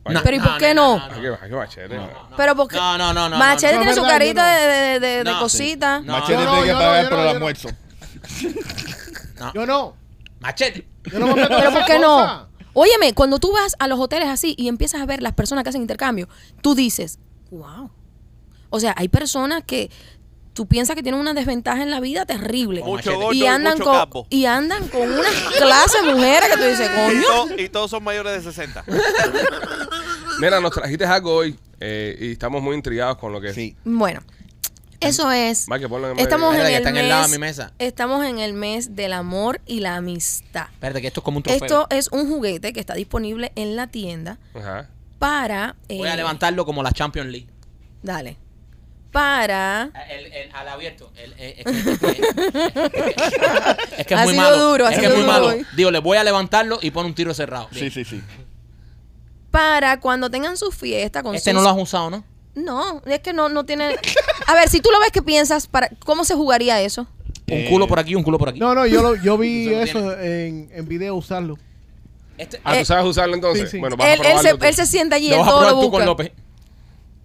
No.
Pero ¿y por qué no?
Ah, qué va- qué machete, no.
Pero porque.
No, no, no, no,
Machete
no, no.
tiene su
No, verdad,
carita
yo no.
de, de- de- de
No, sí.
cosita.
No,
Machete
no,
tiene que
yo no,
pagar
yo
por
no, yo
el
no.
almuerzo.
Yo no.
Machete.
Yo no me meto en
Pero
esas
¿por qué no?
cosas.
Óyeme, cuando tú vas a los hoteles así y empiezas a ver las personas que hacen intercambio, tú dices, wow. O sea, hay personas que tú piensas que tienen una desventaja en la vida terrible.
Mucho
Machete.
gordo
y andan
mucho
con
capo.
y andan con unas clases mujeres que tú dices,
Y,
coño.
to- y todos son mayores de 60.
Nena, nos trajiste algo hoy eh, y estamos muy intrigados con lo que es.
Sí.
Bueno, Eso es.
Mike, ponlo en el medio.
Estamos en
Espérate, que
el
está en el lado de
mes-
mi mesa.
Estamos en el mes del amor y la amistad.
Espérate, que esto es como un trofeo.
Esto es un juguete que está disponible en la tienda
Ajá.
para.
Voy a
eh,
levantarlo como la Champions League.
Dale. Para.
El, el- al abierto. El- el- es que, es que es
Ha
muy
sido
malo.
duro, ha
es que
sido
es muy
duro
malo.
hoy.
Digo, le voy a levantarlo y pone un tiro cerrado.
Sí, sí, sí.
Para cuando tengan su fiesta con
Este
sus-
no lo has usado, ¿no?
No, es que no, no tiene. A ver, si tú lo ves, ¿qué piensas? Para... ¿Cómo se jugaría eso?
Un culo por aquí, un culo por aquí.
No, no, yo, lo, yo vi
Eso
eso,
no
en, en video usarlo.
Este,
Ah,
Eh,
¿tú sabes usarlo entonces?
sí, sí.
Bueno, vas
Él,
a
él,
probarlo
se,
tú.
él se sienta allí
lo
en
vas a
todo
probar
lo
tú con
busca.
López.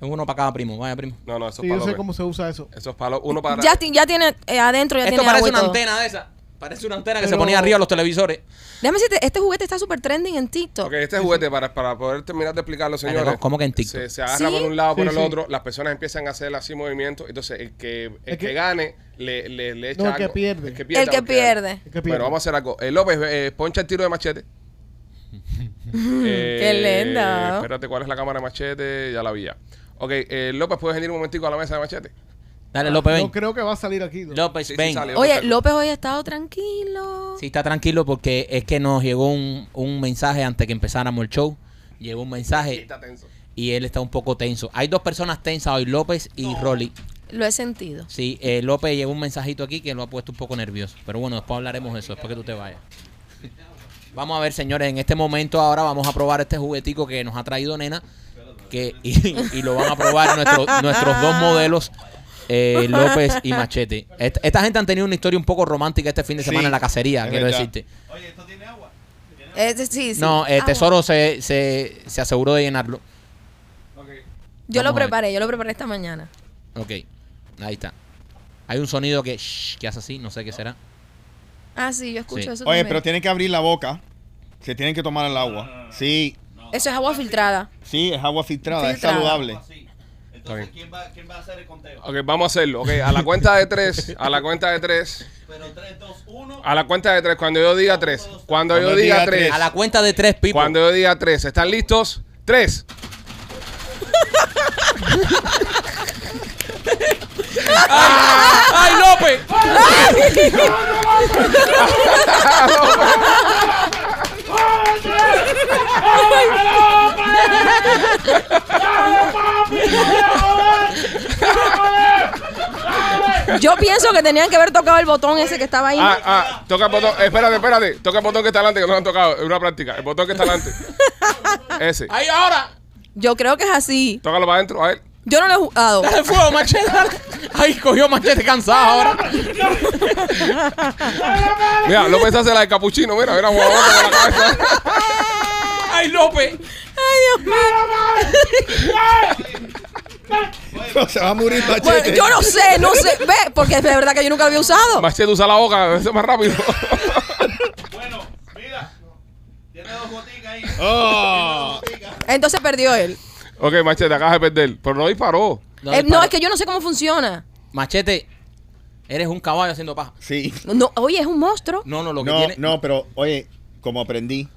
Es uno para cada primo. Vaya, primo.
No, no, eso
Sí,
es
yo
para
sé
López.
cómo se usa eso.
Eso es para lo- uno para...
Ya, ti- ya tiene eh, adentro, ya
Esto
tiene
parece
agua y
una
todo.
antena de esa. Parece una antena que se
Pero-
ponía arriba de los televisores.
Déjame decirte, este juguete está súper trending en TikTok.
Ok, este juguete, para, para poder terminar de explicarlo, señores.
¿cómo- cómo que en TikTok?
Se, se agarra
¿Sí?
por un lado, por
Sí,
el
sí.
otro. Las personas empiezan a hacer así movimientos. Entonces, el que, el
Es
que,
que-
gane le, le, le echa
No, el
algo.
que pierde.
El que pierde.
El que
porque gane.
pierde.
Es que pierde.
Bueno, vamos a hacer algo. Eh, López, eh, poncha el tiro de machete. Eh,
Qué lenda.
Espérate, ¿cuál es la cámara de machete? Ya la vi ya. Ok, eh, López, ¿puedes venir un momentico a la mesa de machete?
Dale, López, Pues ven.
No creo que va a salir aquí. ¿no?
López,
Sí, sí,
ven.
sale.
Oye, López hoy ha estado tranquilo.
Sí, está tranquilo porque es que nos llegó un, un mensaje antes que empezáramos el show. Llegó un mensaje
Está tenso.
y él está un poco tenso. Hay dos personas tensas hoy, López y Rolly.
Lo he sentido.
Sí, eh, López llegó un mensajito aquí que lo ha puesto un poco nervioso. Pero bueno, después hablaremos de eso, después que tú te vayas. Vamos a ver, señores, en este momento ahora vamos a probar este juguetico que nos ha traído Nena. Que, y, y lo van a probar nuestro- nuestros dos modelos, eh, López y Machete. Esta, esta gente han tenido una historia un poco romántica este fin de
Sí,
semana en la cacería,
es
quiero
verdad.
decirte.
Eh, sí, sí.
No, el
Ah,
Tesoro se, se, se aseguró de llenarlo.
Yo lo
Vamos a ver.
preparé, yo lo preparé esta mañana.
Ok, ahí está. Hay un sonido que, shh, que hace así, no sé qué será.
Ah, sí, yo escucho
Sí.
eso
Oye,
también.
pero tienen que abrir la boca. Se tienen que tomar el agua.
Ah.
Sí,
Eso es agua filtrada.
sí, es agua filtrada, es
Filtrada.
saludable.
Entonces, Está bien.
¿quién va, a hacer el conteo?
Ok, vamos a hacerlo. Ok, a la cuenta de tres. A la cuenta de tres.
Pero 3, 2, 1.
A la cuenta de tres. Cuando yo diga tres. Cuando yo diga tres.
A la cuenta de tres, Pipo.
Cuando yo diga tres. ¿Están listos? Tres.
¡Ay, López!
Yo pienso que tenían que haber tocado el botón ese que estaba ahí.
Ah, ah, toca el botón. Espérate, espérate. Toca el botón que está adelante, que no lo han tocado. Es una práctica. El botón que está adelante. Ese.
¡Ahí ahora!
Yo creo que es así.
Tócalo para adentro. A ver.
Yo no lo he jugado.
¡Dale fuego, machete! dale. ¡Ay, cogió machete cansado ahora!
Mira, López hace la de capuchino. Mira, mira, jugador con la cabeza.
¡Ay, López!
se va a morir
Bueno,
machete.
Pues, yo no sé, no sé. Ve, porque es de verdad que yo nunca lo había usado.
Machete usa la boca. Eso es más rápido.
Bueno, mira. Tiene dos boticas ahí.
Oh.
Entonces perdió él.
ok, Machete, acabas de perder. Pero no disparó.
Eh, no,
disparo.
es que yo no sé cómo funciona.
Machete, eres un caballo haciendo paja.
Sí.
No, oye, es un monstruo.
No, no, lo que
No,
tiene...
no, pero oye, como aprendí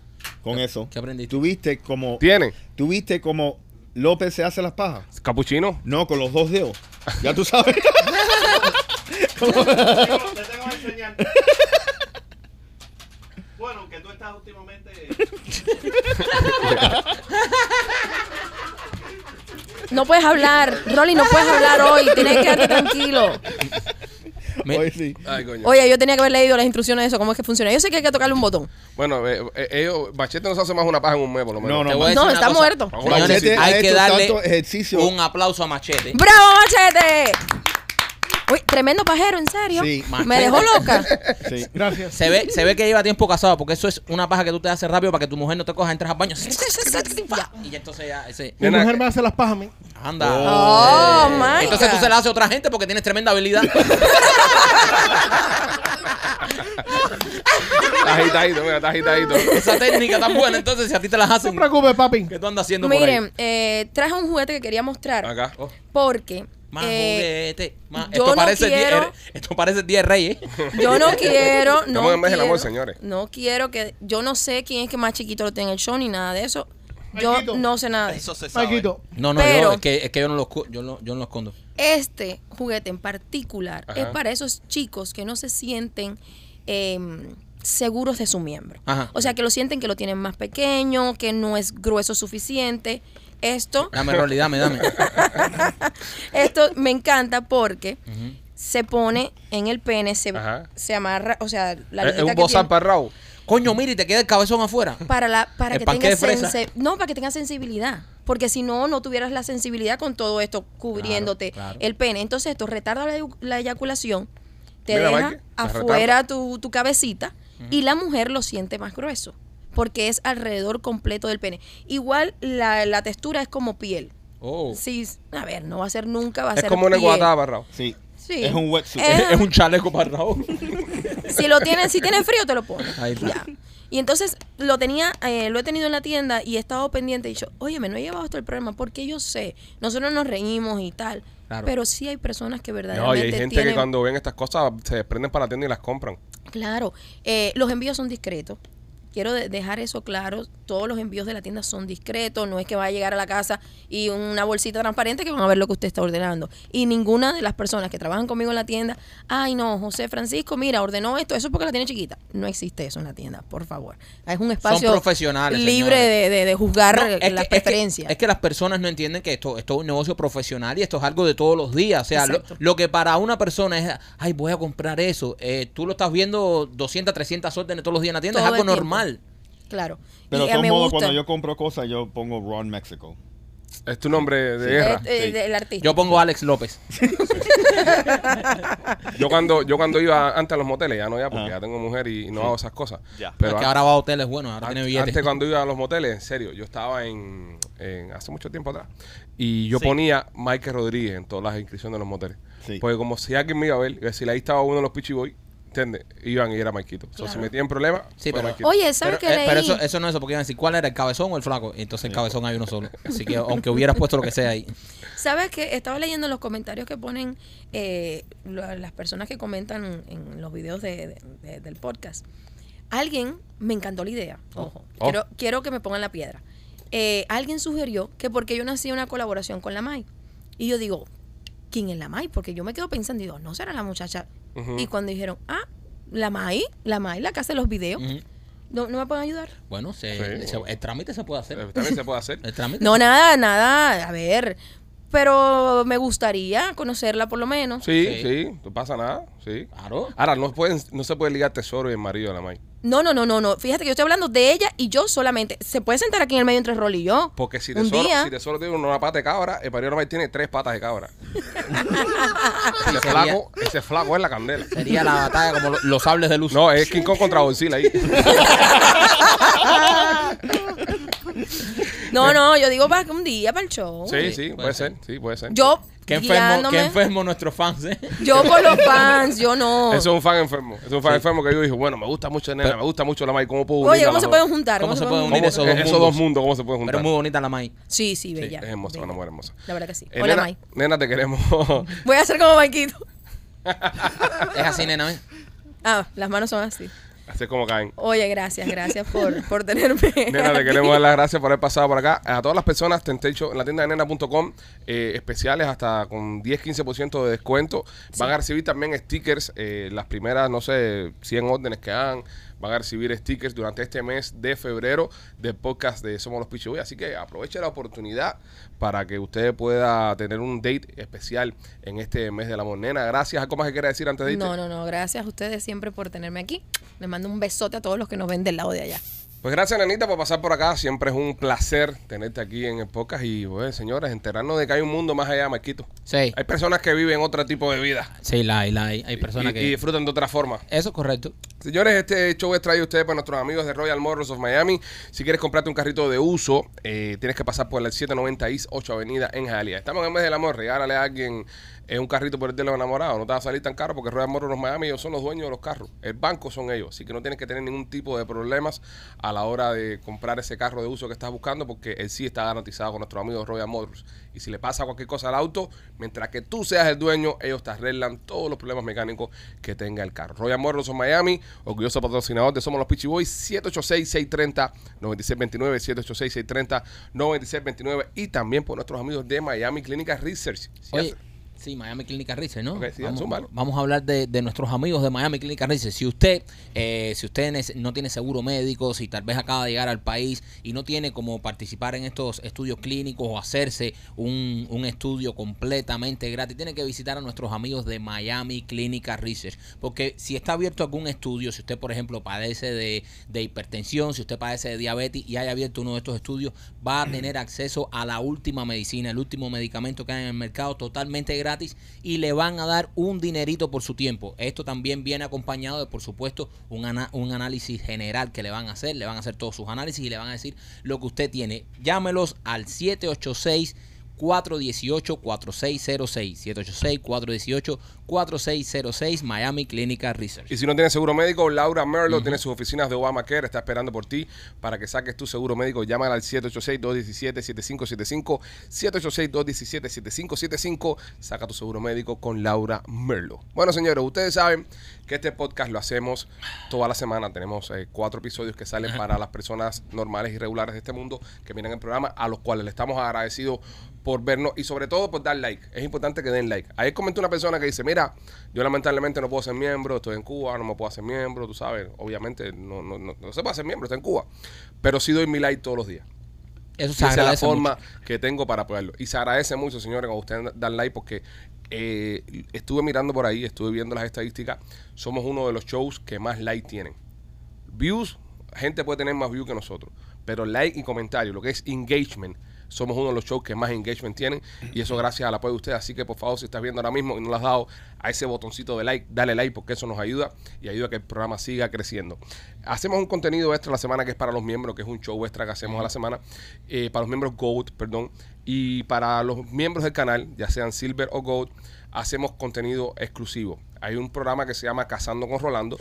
con eso.
qué aprendiste?
Tuviste como
Tiene.
tuviste como López se hace las pajas.
Capuchino.
No, con los dos dedos. Ya tú sabes.
Te tengo que enseñar. Bueno, que tú estás últimamente.
No puedes hablar. Rolly, no puedes hablar hoy. Tienes que quedarte tranquilo.
Mi-
Oye, sí.
Ay, coño.
Oye, yo tenía que haber leído las instrucciones de eso, cómo es que funciona. Yo sé que hay que tocarle un botón.
Bueno, eh, eh, ellos, Machete no se hace más una paja en un mes, por lo menos.
No,
te
no.
voy a decir
No,
una
está
cosa.
muerto.
Señores,
Machete ha
hay que
hecho
darle
tanto ejercicio.
un aplauso a Machete.
¡Bravo, Machete! Uy, tremendo pajero, en serio.
Sí.
Me dejó loca.
Sí.
Gracias.
Se ve, se ve que lleva tiempo casado, porque eso es una paja que tú te haces rápido para que tu mujer no te coja, entras al baño.
Ya.
Y ya entonces ya ese.
Mi
Nena,
mujer me hace las pajas a mí.
Anda.
Oh,
eh.
my
Entonces tú
God.
se la haces a otra gente porque tienes tremenda habilidad.
Está agitadito, mira, está agitadito.
Esa técnica tan buena, entonces si a ti te las
No
hacen,
te preocupes, papi.
¿qué Mm. tú andas haciendo por ahí?
Miren, eh, traje un juguete que quería mostrar.
Acá.
Oh,
Porque
más
eh,
juguete, más-
yo
Esto,
no
parece die-
quiero-
er- esto parece 10 reyes.
yo no quiero. No
Estamos en el mes del
quiero-
amor, señores.
No quiero que. Yo no sé quién es que más chiquito lo tiene en el show ni nada de eso. Yo
Maikito.
no sé nada de eso.
Ah, Eso se sabe.
Maquito.
No, no,
Pero-
yo, es, que, es que yo no los cu- yo no, yo no los escondo.
Este juguete en particular
Ajá.
es para esos chicos que no se sienten em, seguros de su miembro.
Ajá.
O sea, que lo sienten que lo tienen más pequeño, que no es grueso suficiente. Esto,
Dame, Rolly, dame, dame.
esto me encanta porque se pone en el pene, se,
Ajá.
se amarra, o sea, la
es
liguita
un
que tiene-
bozal para Raúl.
Coño, mira, y te queda el cabezón afuera.
para la para
El
que
panque de
tenga
fresa.
sense- no para que tenga sensibilidad porque si no no tuvieras la sensibilidad con todo esto cubriéndote
Claro, claro.
el pene entonces esto retarda la, eyu- la eyaculación te
Mira,
deja
Mike, la
afuera tu, tu cabecita y la mujer lo siente más grueso porque es alrededor completo del pene igual la, la textura es como piel
Oh.
sí a ver no va a ser nunca va a
Es
ser
como una
piel.
guatada para Raúl.
Sí.
Sí.
Es un wetsuit.
Es-
Es un chaleco para Raúl.
si lo tienes, si tienes frío, te lo pones.
Ahí está.
Ya. Y entonces lo tenía, eh, lo he tenido en la tienda y he estado pendiente y dicho, oye, me no he llevado esto el problema, porque yo sé, nosotros nos reímos y tal.
Claro.
Pero sí hay personas que
No, y
verdaderamente
hay gente que
tienen-
cuando ven estas cosas se desprenden para la tienda y las compran.
Claro, eh, los envíos son discretos. Quiero de- dejar eso claro, todos los envíos de la tienda son discretos, no es que va a llegar a la casa y una bolsita transparente que van a ver lo que usted está ordenando. Y ninguna de las personas que trabajan conmigo en la tienda, ay no, José Francisco, mira, ordenó esto, eso es porque la tiene chiquita. No existe eso en la tienda, por favor. Es un espacio
profesionales,
libre
señores.
de, de- de juzgar
No, es
las
que- es que-
preferencias.
Es que, las personas no entienden que esto, esto es un negocio profesional y esto es algo de todos los días. O sea, lo,
Exacto.
lo que para una persona es, ay, voy a comprar eso. eh, tú lo estás viendo 200, 300 órdenes todos los días en la tienda.
Todo
es
el
algo
tiempo.
normal.
Claro.
Pero de
Y, eh,
todos
me
modos,
gusta.
cuando yo compro cosas, yo pongo Ron Mexico.
Es tu nombre de
Sí.
guerra.
Eh, eh,
sí.
el artista.
Yo pongo Alex López.
Yo cuando yo cuando iba antes a los moteles, ya no ya porque
Ah.
ya tengo mujer y no hago esas cosas.
Ya.
Pero
Es que
an-
ahora va a hoteles buenos, ahora
an-
tiene
antes,
billetes.
cuando iba a los moteles, en serio, yo estaba en, en- hace mucho tiempo atrás y yo
Sí.
ponía Mike Rodríguez en todas las inscripciones de los moteles.
Sí.
Porque como si alguien me iba a ver, iba a decir, ahí estaba uno de los Pichi Boy, ¿entiendes? Iban y era Maikito. O sea, si
Claro.
metían problemas,
Sí,
fue
pero-
Maikito.
Oye, ¿sabes
Pero,
qué
eh,
leí?
pero eso, eso no es eso, porque iban a decir, ¿cuál era el cabezón o el flaco? Entonces el cabezón hay uno solo. Así que aunque hubieras puesto lo que sea ahí.
¿Sabes que Estaba leyendo los comentarios que ponen eh, la- las personas que comentan en los videos de- de- de- del podcast. Alguien, me encantó la idea, ojo,
Oh.
Quiero, quiero que me pongan la piedra. Eh, alguien sugirió que porque yo no hacía una colaboración con la MAI. Y yo digo, ¿quién es la MAI? Porque yo me quedo pensando, digo, no será la muchacha.
Ujú.
Y cuando dijeron, ah, la MAI, la MAI, la que hace los videos,
Ujú.
no, no me pueden ayudar.
Bueno, se-
Sí.
se- el trámite se puede
Eh,
hacer.
También se puede hacer.
El trámite.
No, nada, nada, a ver. Pero me gustaría conocerla por lo menos.
Sí,
Sí.
sí, no pasa nada, sí.
Claro.
Ahora, no, pueden, no se puede ligar tesoro y el marido de la Mike.
No, no, no, no, no. Fíjate que yo estoy hablando de ella y yo solamente. ¿Se puede sentar aquí en el medio entre Rol y yo?
Porque si
Un
tesoro,
día.
si tesoro tiene una pata de cabra, el marido de la Mike tiene tres patas de cabra. ese,
sería-
flaco, ese flaco es la candela.
Sería la batalla como lo- los sables de luz.
No, es King Kong contra Godzilla ahí.
No, no, yo digo para un día para el show.
Sí,
sí,
sí,
puede
puede
ser.
ser, sí, puede ser.
Yo
Qué enfermo,
guiándome.
qué enfermo nuestros fans, ¿eh?
Yo con los fans, yo no.
Eso es un fan enfermo. Es un fan enfermo que yo dije, bueno, me gusta mucho nena, me gusta mucho la Mike, ¿cómo puedo unir
Oye,
a
¿cómo
las
se
dos?
pueden juntar?
¿Cómo se pueden
¿Cómo
unir
se-
esos dos
esos dos
mundos?
mundos? ¿Cómo se pueden
Pero
juntar?
es muy bonita la Mai.
Sí, sí, bella.
es hermosa,
bella.
una mujer hermosa.
La verdad que sí.
Eh,
Hola,
nena,
May.
nena, te queremos.
Voy a hacer como Maikito.
Es así, nena, ¿eh? ¿ves?
Ah, las manos son así.
Así es como caen.
Oye, gracias, gracias por, por tenerme.
Nena, le
aquí.
queremos dar las gracias por haber pasado por acá. A todas las personas, Temptation, en la tienda de nena.com, eh, especiales hasta con 10-15% de descuento. Van a recibir también stickers, eh, las primeras, no sé, 100 órdenes que hagan. Van a recibir stickers durante este mes de febrero del podcast de Somos los Pichiboy. Así que aproveche la oportunidad para que usted pueda tener un date especial en este mes de la Nena, gracias. ¿Algo más que quiera decir antes de irte?
No, no, no. Gracias a ustedes siempre por tenerme aquí. Les mando un besote a todos los que nos ven del lado de allá.
Pues gracias, Nanita, por pasar por acá. Siempre es un placer tenerte aquí en el podcast. Y, pues, señores, enterarnos de que hay un mundo más allá, Marquito.
Sí.
Hay personas que viven otro tipo de vida
Sí, la hay, la hay. Hay personas
y,
que...
y disfrutan de otra forma.
Eso es correcto.
Señores, este show es traído a ustedes por nuestros amigos de Royal Motors of Miami. Si quieres comprarte un carrito de uso, eh, tienes que pasar por la 790 East 8 Avenida en Jalía. Estamos en mes del amor. Regálale a alguien eh, un carrito por el de los enamorados. No te va a salir tan caro porque Royal Motors of Miami ellos son los dueños de los carros. El banco son ellos. Así que no tienes que tener ningún tipo de problemas a la hora de comprar ese carro de uso que estás buscando porque él sí está garantizado con nuestros amigos de Royal Motors. Y si le pasa cualquier cosa al auto, mientras que tú seas el dueño, ellos te arreglan todos los problemas mecánicos que tenga el carro. Royal Motors of Miami, orgulloso patrocinador de Somos los Pitchy Boys, 786-630-9629, 786-630-9629 y también por nuestros amigos de Miami Clínica Research. Si
Oye,
hace- si
Sí, Miami Clinic Research, ¿no?
Ok, sí,
vamos,
zúmbalo.
vamos a hablar de, de nuestros amigos de Miami Clinic Research. Si usted, eh, si usted nes- no tiene seguro médico, si tal vez acaba de llegar al país y no tiene como participar en estos estudios clínicos o hacerse un, un estudio completamente gratis, tiene que visitar a nuestros amigos de Miami Clinic Research. Porque si está abierto algún estudio, si usted, por ejemplo, padece de, de hipertensión, si usted padece de diabetes y haya abierto uno de estos estudios, va a tener acceso a la última medicina, el último medicamento que hay en el mercado totalmente gratis y le van a dar un dinerito por su tiempo. Esto también viene acompañado de, por supuesto, un, ana- un análisis general que le van a hacer, le van a hacer todos sus análisis y le van a decir lo que usted tiene. Llámelos al 786 418-4606 786-418-4606 Miami Clínica Research.
Y si no tienes seguro médico, Laura Merlo tiene sus oficinas de Obamacare, está esperando por ti para que saques tu seguro médico. Llámala al 786-217-7575, 786-217-7575, saca tu seguro médico con Laura Merlo. Bueno, señores, ustedes saben que este podcast lo hacemos toda la semana. Tenemos eh, cuatro episodios que salen para las personas normales y regulares de este mundo que miran el programa, a los cuales le estamos agradecidos por vernos y sobre todo por dar like. Es importante que den like. Ayer comentó una persona que dice, mira, yo lamentablemente no puedo ser miembro, estoy en Cuba, no me puedo hacer miembro, tú sabes, obviamente no, no, no, no se puede hacer miembro, estoy en Cuba, pero sí doy mi like todos los días.
Eso se
Esa es la
agradece
forma
mucho.
que tengo para apoyarlo. Y se agradece mucho, señores, cuando ustedes dan like porque eh, estuve mirando por ahí, estuve viendo las estadísticas. Somos uno de los shows que más like tienen. Views, gente puede tener más views que nosotros. Pero like y comentario, lo que es engagement, somos uno de los shows que más engagement tienen. Y eso gracias al apoyo de ustedes. Así que por favor, si estás viendo ahora mismo y no le has dado a ese botoncito de like, dale like porque eso nos ayuda y ayuda a que el programa siga creciendo. Hacemos un contenido extra la semana que es para los miembros, que es un show extra que hacemos a la semana. eh, para los miembros Gold, perdón. Y para los miembros del canal, ya sean Silver o Gold, hacemos contenido exclusivo. Hay un programa que se llama Cazando con Rolando,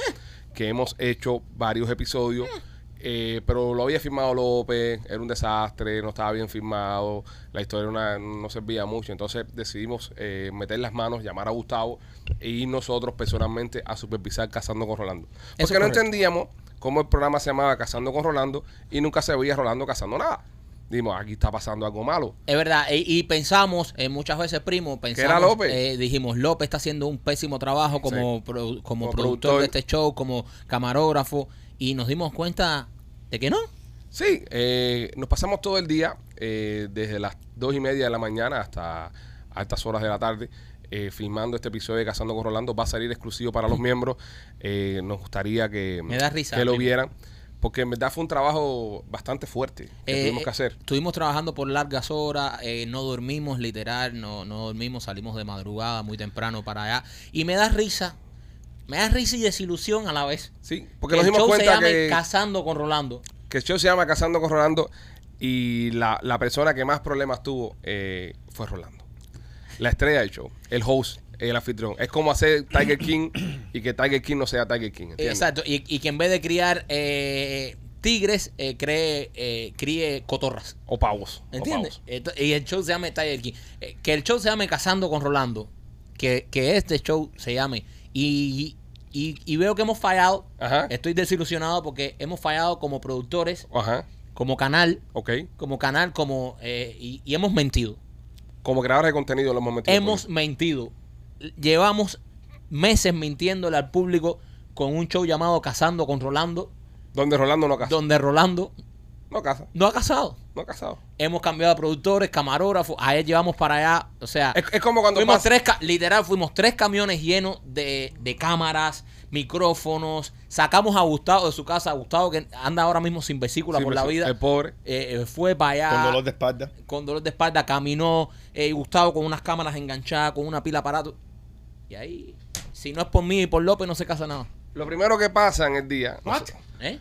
que hemos hecho varios episodios, eh, pero lo había firmado López, era un desastre, no estaba bien firmado, la historia era una- no servía mucho, entonces decidimos eh, meter las manos, llamar a Gustavo e ir nosotros personalmente a supervisar Cazando con Rolando. Porque
es
no
correcto.
entendíamos cómo el programa se llamaba Cazando con Rolando y nunca se veía Rolando cazando nada. Dimos, aquí está pasando algo malo.
Es verdad, y, y pensamos, eh, muchas veces, primo, pensamos,
era López?
eh, dijimos, López está haciendo un pésimo trabajo como, pro- como, productor,
productor.
de este show, como camarógrafo, y nos dimos cuenta de que no.
Sí, eh, nos pasamos todo el día, eh, desde las dos y media de la mañana hasta altas horas de la tarde, eh, filmando este episodio de Cazando con Rolando. Va a salir exclusivo para los miembros. Eh, nos gustaría que,
Me da risa,
que lo
primo.
vieran, porque en verdad fue un trabajo bastante fuerte que
Eh,
tuvimos que hacer.
Estuvimos trabajando por largas horas, eh, no dormimos literal, no, no dormimos, salimos de madrugada muy temprano para allá, y me da risa, me da risa y desilusión a la vez.
Sí, porque
Que
nos
el
dimos
show se
cuenta
llame
que,
Cazando con Rolando.
que el show se llama Cazando con Rolando y la, la persona que más problemas tuvo eh, fue Rolando. La estrella del show, el host, el anfitrión. Es como hacer Tiger King y que Tiger King no sea Tiger King. ¿entiendes?
Exacto, y, y que en vez de criar eh, tigres, eh, cree, eh, críe cotorras.
O pavos. o
¿Entiendes?
pavos.
Ento- y el show se llame Tiger King. Eh, que el show se llame Cazando con Rolando. Que, que este show se llame. Y, y- y veo que hemos fallado.
Ajá.
Estoy desilusionado porque hemos fallado como productores,
Ajá.
como canal,
Ok.
como canal, como eh, y, y hemos mentido.
Como creadores de contenido lo hemos metido.
Hemos
por-
mentido. Llevamos meses mintiéndole al público con un show llamado Cazando con Rolando,
Donde Rolando no casa.
donde Rolando
No casa.
no ha casado.
No ha casado.
Hemos cambiado de productores, camarógrafos, ayer llevamos para allá, o sea,
Es, es como cuando
Ah, fuimos
pasa-
tres, ca- literal, fuimos tres camiones llenos de, de cámaras, micrófonos, sacamos a Gustavo de su casa, a Gustavo que anda ahora mismo sin vesícula
Sí,
por
pues,
la vida,
El pobre.
eh, eh, fue para allá
Con dolor de espalda.
con dolor de espalda, caminó eh, Gustavo con unas cámaras enganchadas, con una pila de aparato, y ahí, si no es por mí y por López, no se casa nada.
Lo primero que pasa en el día. no sé-
¿Eh?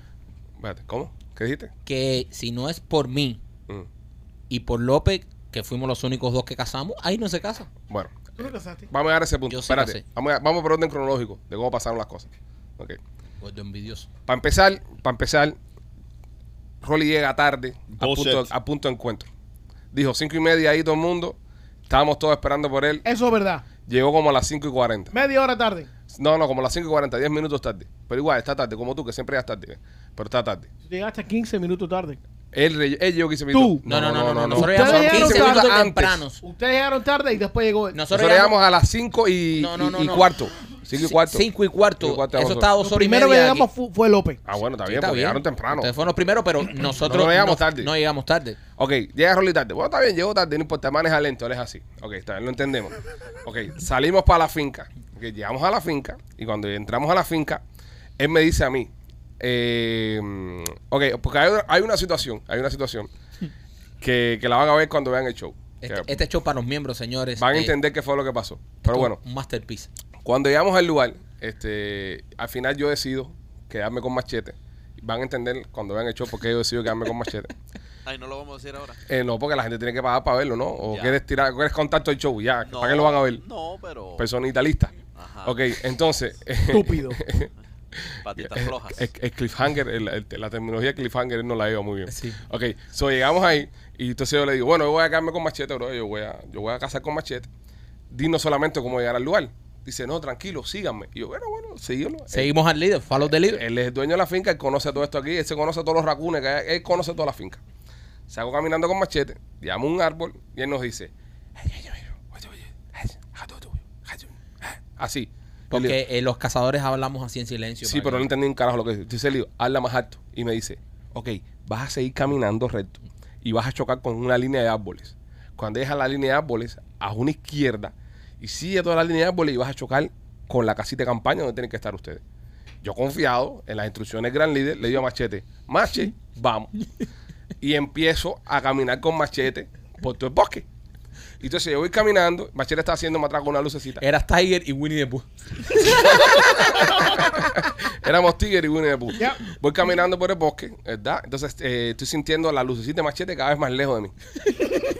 Espérate, ¿Cómo? ¿Qué dijiste?
Que si no es por mí
Mm,
y por López, que fuimos los únicos dos que casamos, ahí no se casa.
Bueno.
¿Tú lo casaste?
Vamos a llegar a ese punto.
Yo sí
Espérate.
casé.
vamos, a- vamos por orden cronológico de cómo pasaron las cosas. Ok.
Gordo envidioso.
Para empezar, para empezar, Rolly llega tarde a
Bullshit.
punto, a punto de encuentro. Dijo cinco y media ahí todo el mundo. Estábamos todos esperando por él.
Eso es verdad.
Llegó como a las 5 y 40.
Media hora tarde.
No, no, como las 5 y 40, 10 minutos tarde. Pero igual, está tarde, como tú, que siempre llegas tarde. ¿eh? Pero está tarde.
Llegaste 15 minutos tarde.
Él, re- él llegó 15
Tú.
minutos.
No, no, no, no, no. Nosotros
Ustedes
llegamos
llegaron
15
tarde.
minutos
Antes.
tempranos.
Ustedes llegaron tarde y después llegó él.
Nosotros
Nosotros llegamos a las 5 y,
No, no, no,
y- y
no.
cuarto. 5 y cuarto.
5 y cuarto.
Cinco y cuarto,
Eso
vamos.
está a
Lo
dos horas y media.
primero que
de aquí.
llegamos fu- fue López.
Ah, bueno, está
Sí,
bien,
está
porque
bien.
llegaron temprano.
Ustedes fueron los primeros, pero nosotros
Nosotros llegamos tarde.
No llegamos tarde.
Ok, llega Rolly tarde. Bueno, está bien, llegó tarde, no importa, maneja lento, él es así. Ok, está bien, lo entendemos. Ok, salimos para la finca. Ok, llegamos a la finca y cuando entramos a la finca, él me dice a mí, eh, ok, porque hay, hay una situación, hay una situación que, que la van a ver cuando vean el show.
Este,
Que
este show para los miembros, señores.
van a
eh,
entender qué fue lo que pasó.
esto
Pero
es
bueno, Eh,
Un masterpiece.
cuando llegamos al lugar, este, al final yo decido quedarme con machete. Van a entender cuando vean el show por qué yo decido quedarme con machete.
Ay, no lo vamos a decir ahora.
Eh, no, porque la gente tiene que pagar para verlo, ¿no? O
Ya.
quieres tirar, quieres contacto el show, ya.
No,
¿Para qué lo van a ver? Pues,
No, pero.
Personita lista.
Ajá.
Ok, entonces, eh,
Estúpido.
Patitas flojas.
el, el cliffhanger, el- el- la terminología cliffhanger él no la lleva muy bien.
Sí.
Ok, so llegamos ahí y entonces yo le digo, bueno, yo voy a quedarme con machete, bro, yo voy a, yo voy a casar con machete. Dinos solamente cómo llegar al lugar. Dice, no, tranquilo, síganme. Y yo, bueno, bueno, síguelo.
Seguimos al líder, follow the líder.
Él es eh, el dueño de la finca, él conoce todo esto aquí, él se conoce todos los racunes, que hay, él conoce toda la finca. Salgo caminando con machete, llamo a un árbol y él nos dice, así. Yo le
Porque
digo,
eh, los cazadores hablamos así en silencio.
sí,
para
pero no
que-
entendí un carajo lo que dice. Entonces le digo, habla más alto. Y me dice, ok, vas a seguir caminando recto y vas a chocar con una línea de árboles. Cuando dejas la línea de árboles, haz una izquierda y sigue toda la línea de árboles y vas a chocar con la casita de campaña donde tienen que estar ustedes. Yo confiado en las instrucciones del gran líder, le digo a Machete, Mache, vamos. Y empiezo a caminar con Machete por todo el bosque. Y Entonces yo voy caminando, Machete está haciendo matraca con una lucecita.
Eras Tiger y Winnie the Pooh.
Éramos Tiger y Winnie the Pooh.
Ya.
Voy caminando por el bosque, ¿verdad? Entonces eh, estoy sintiendo la lucecita de Machete cada vez más lejos de mí.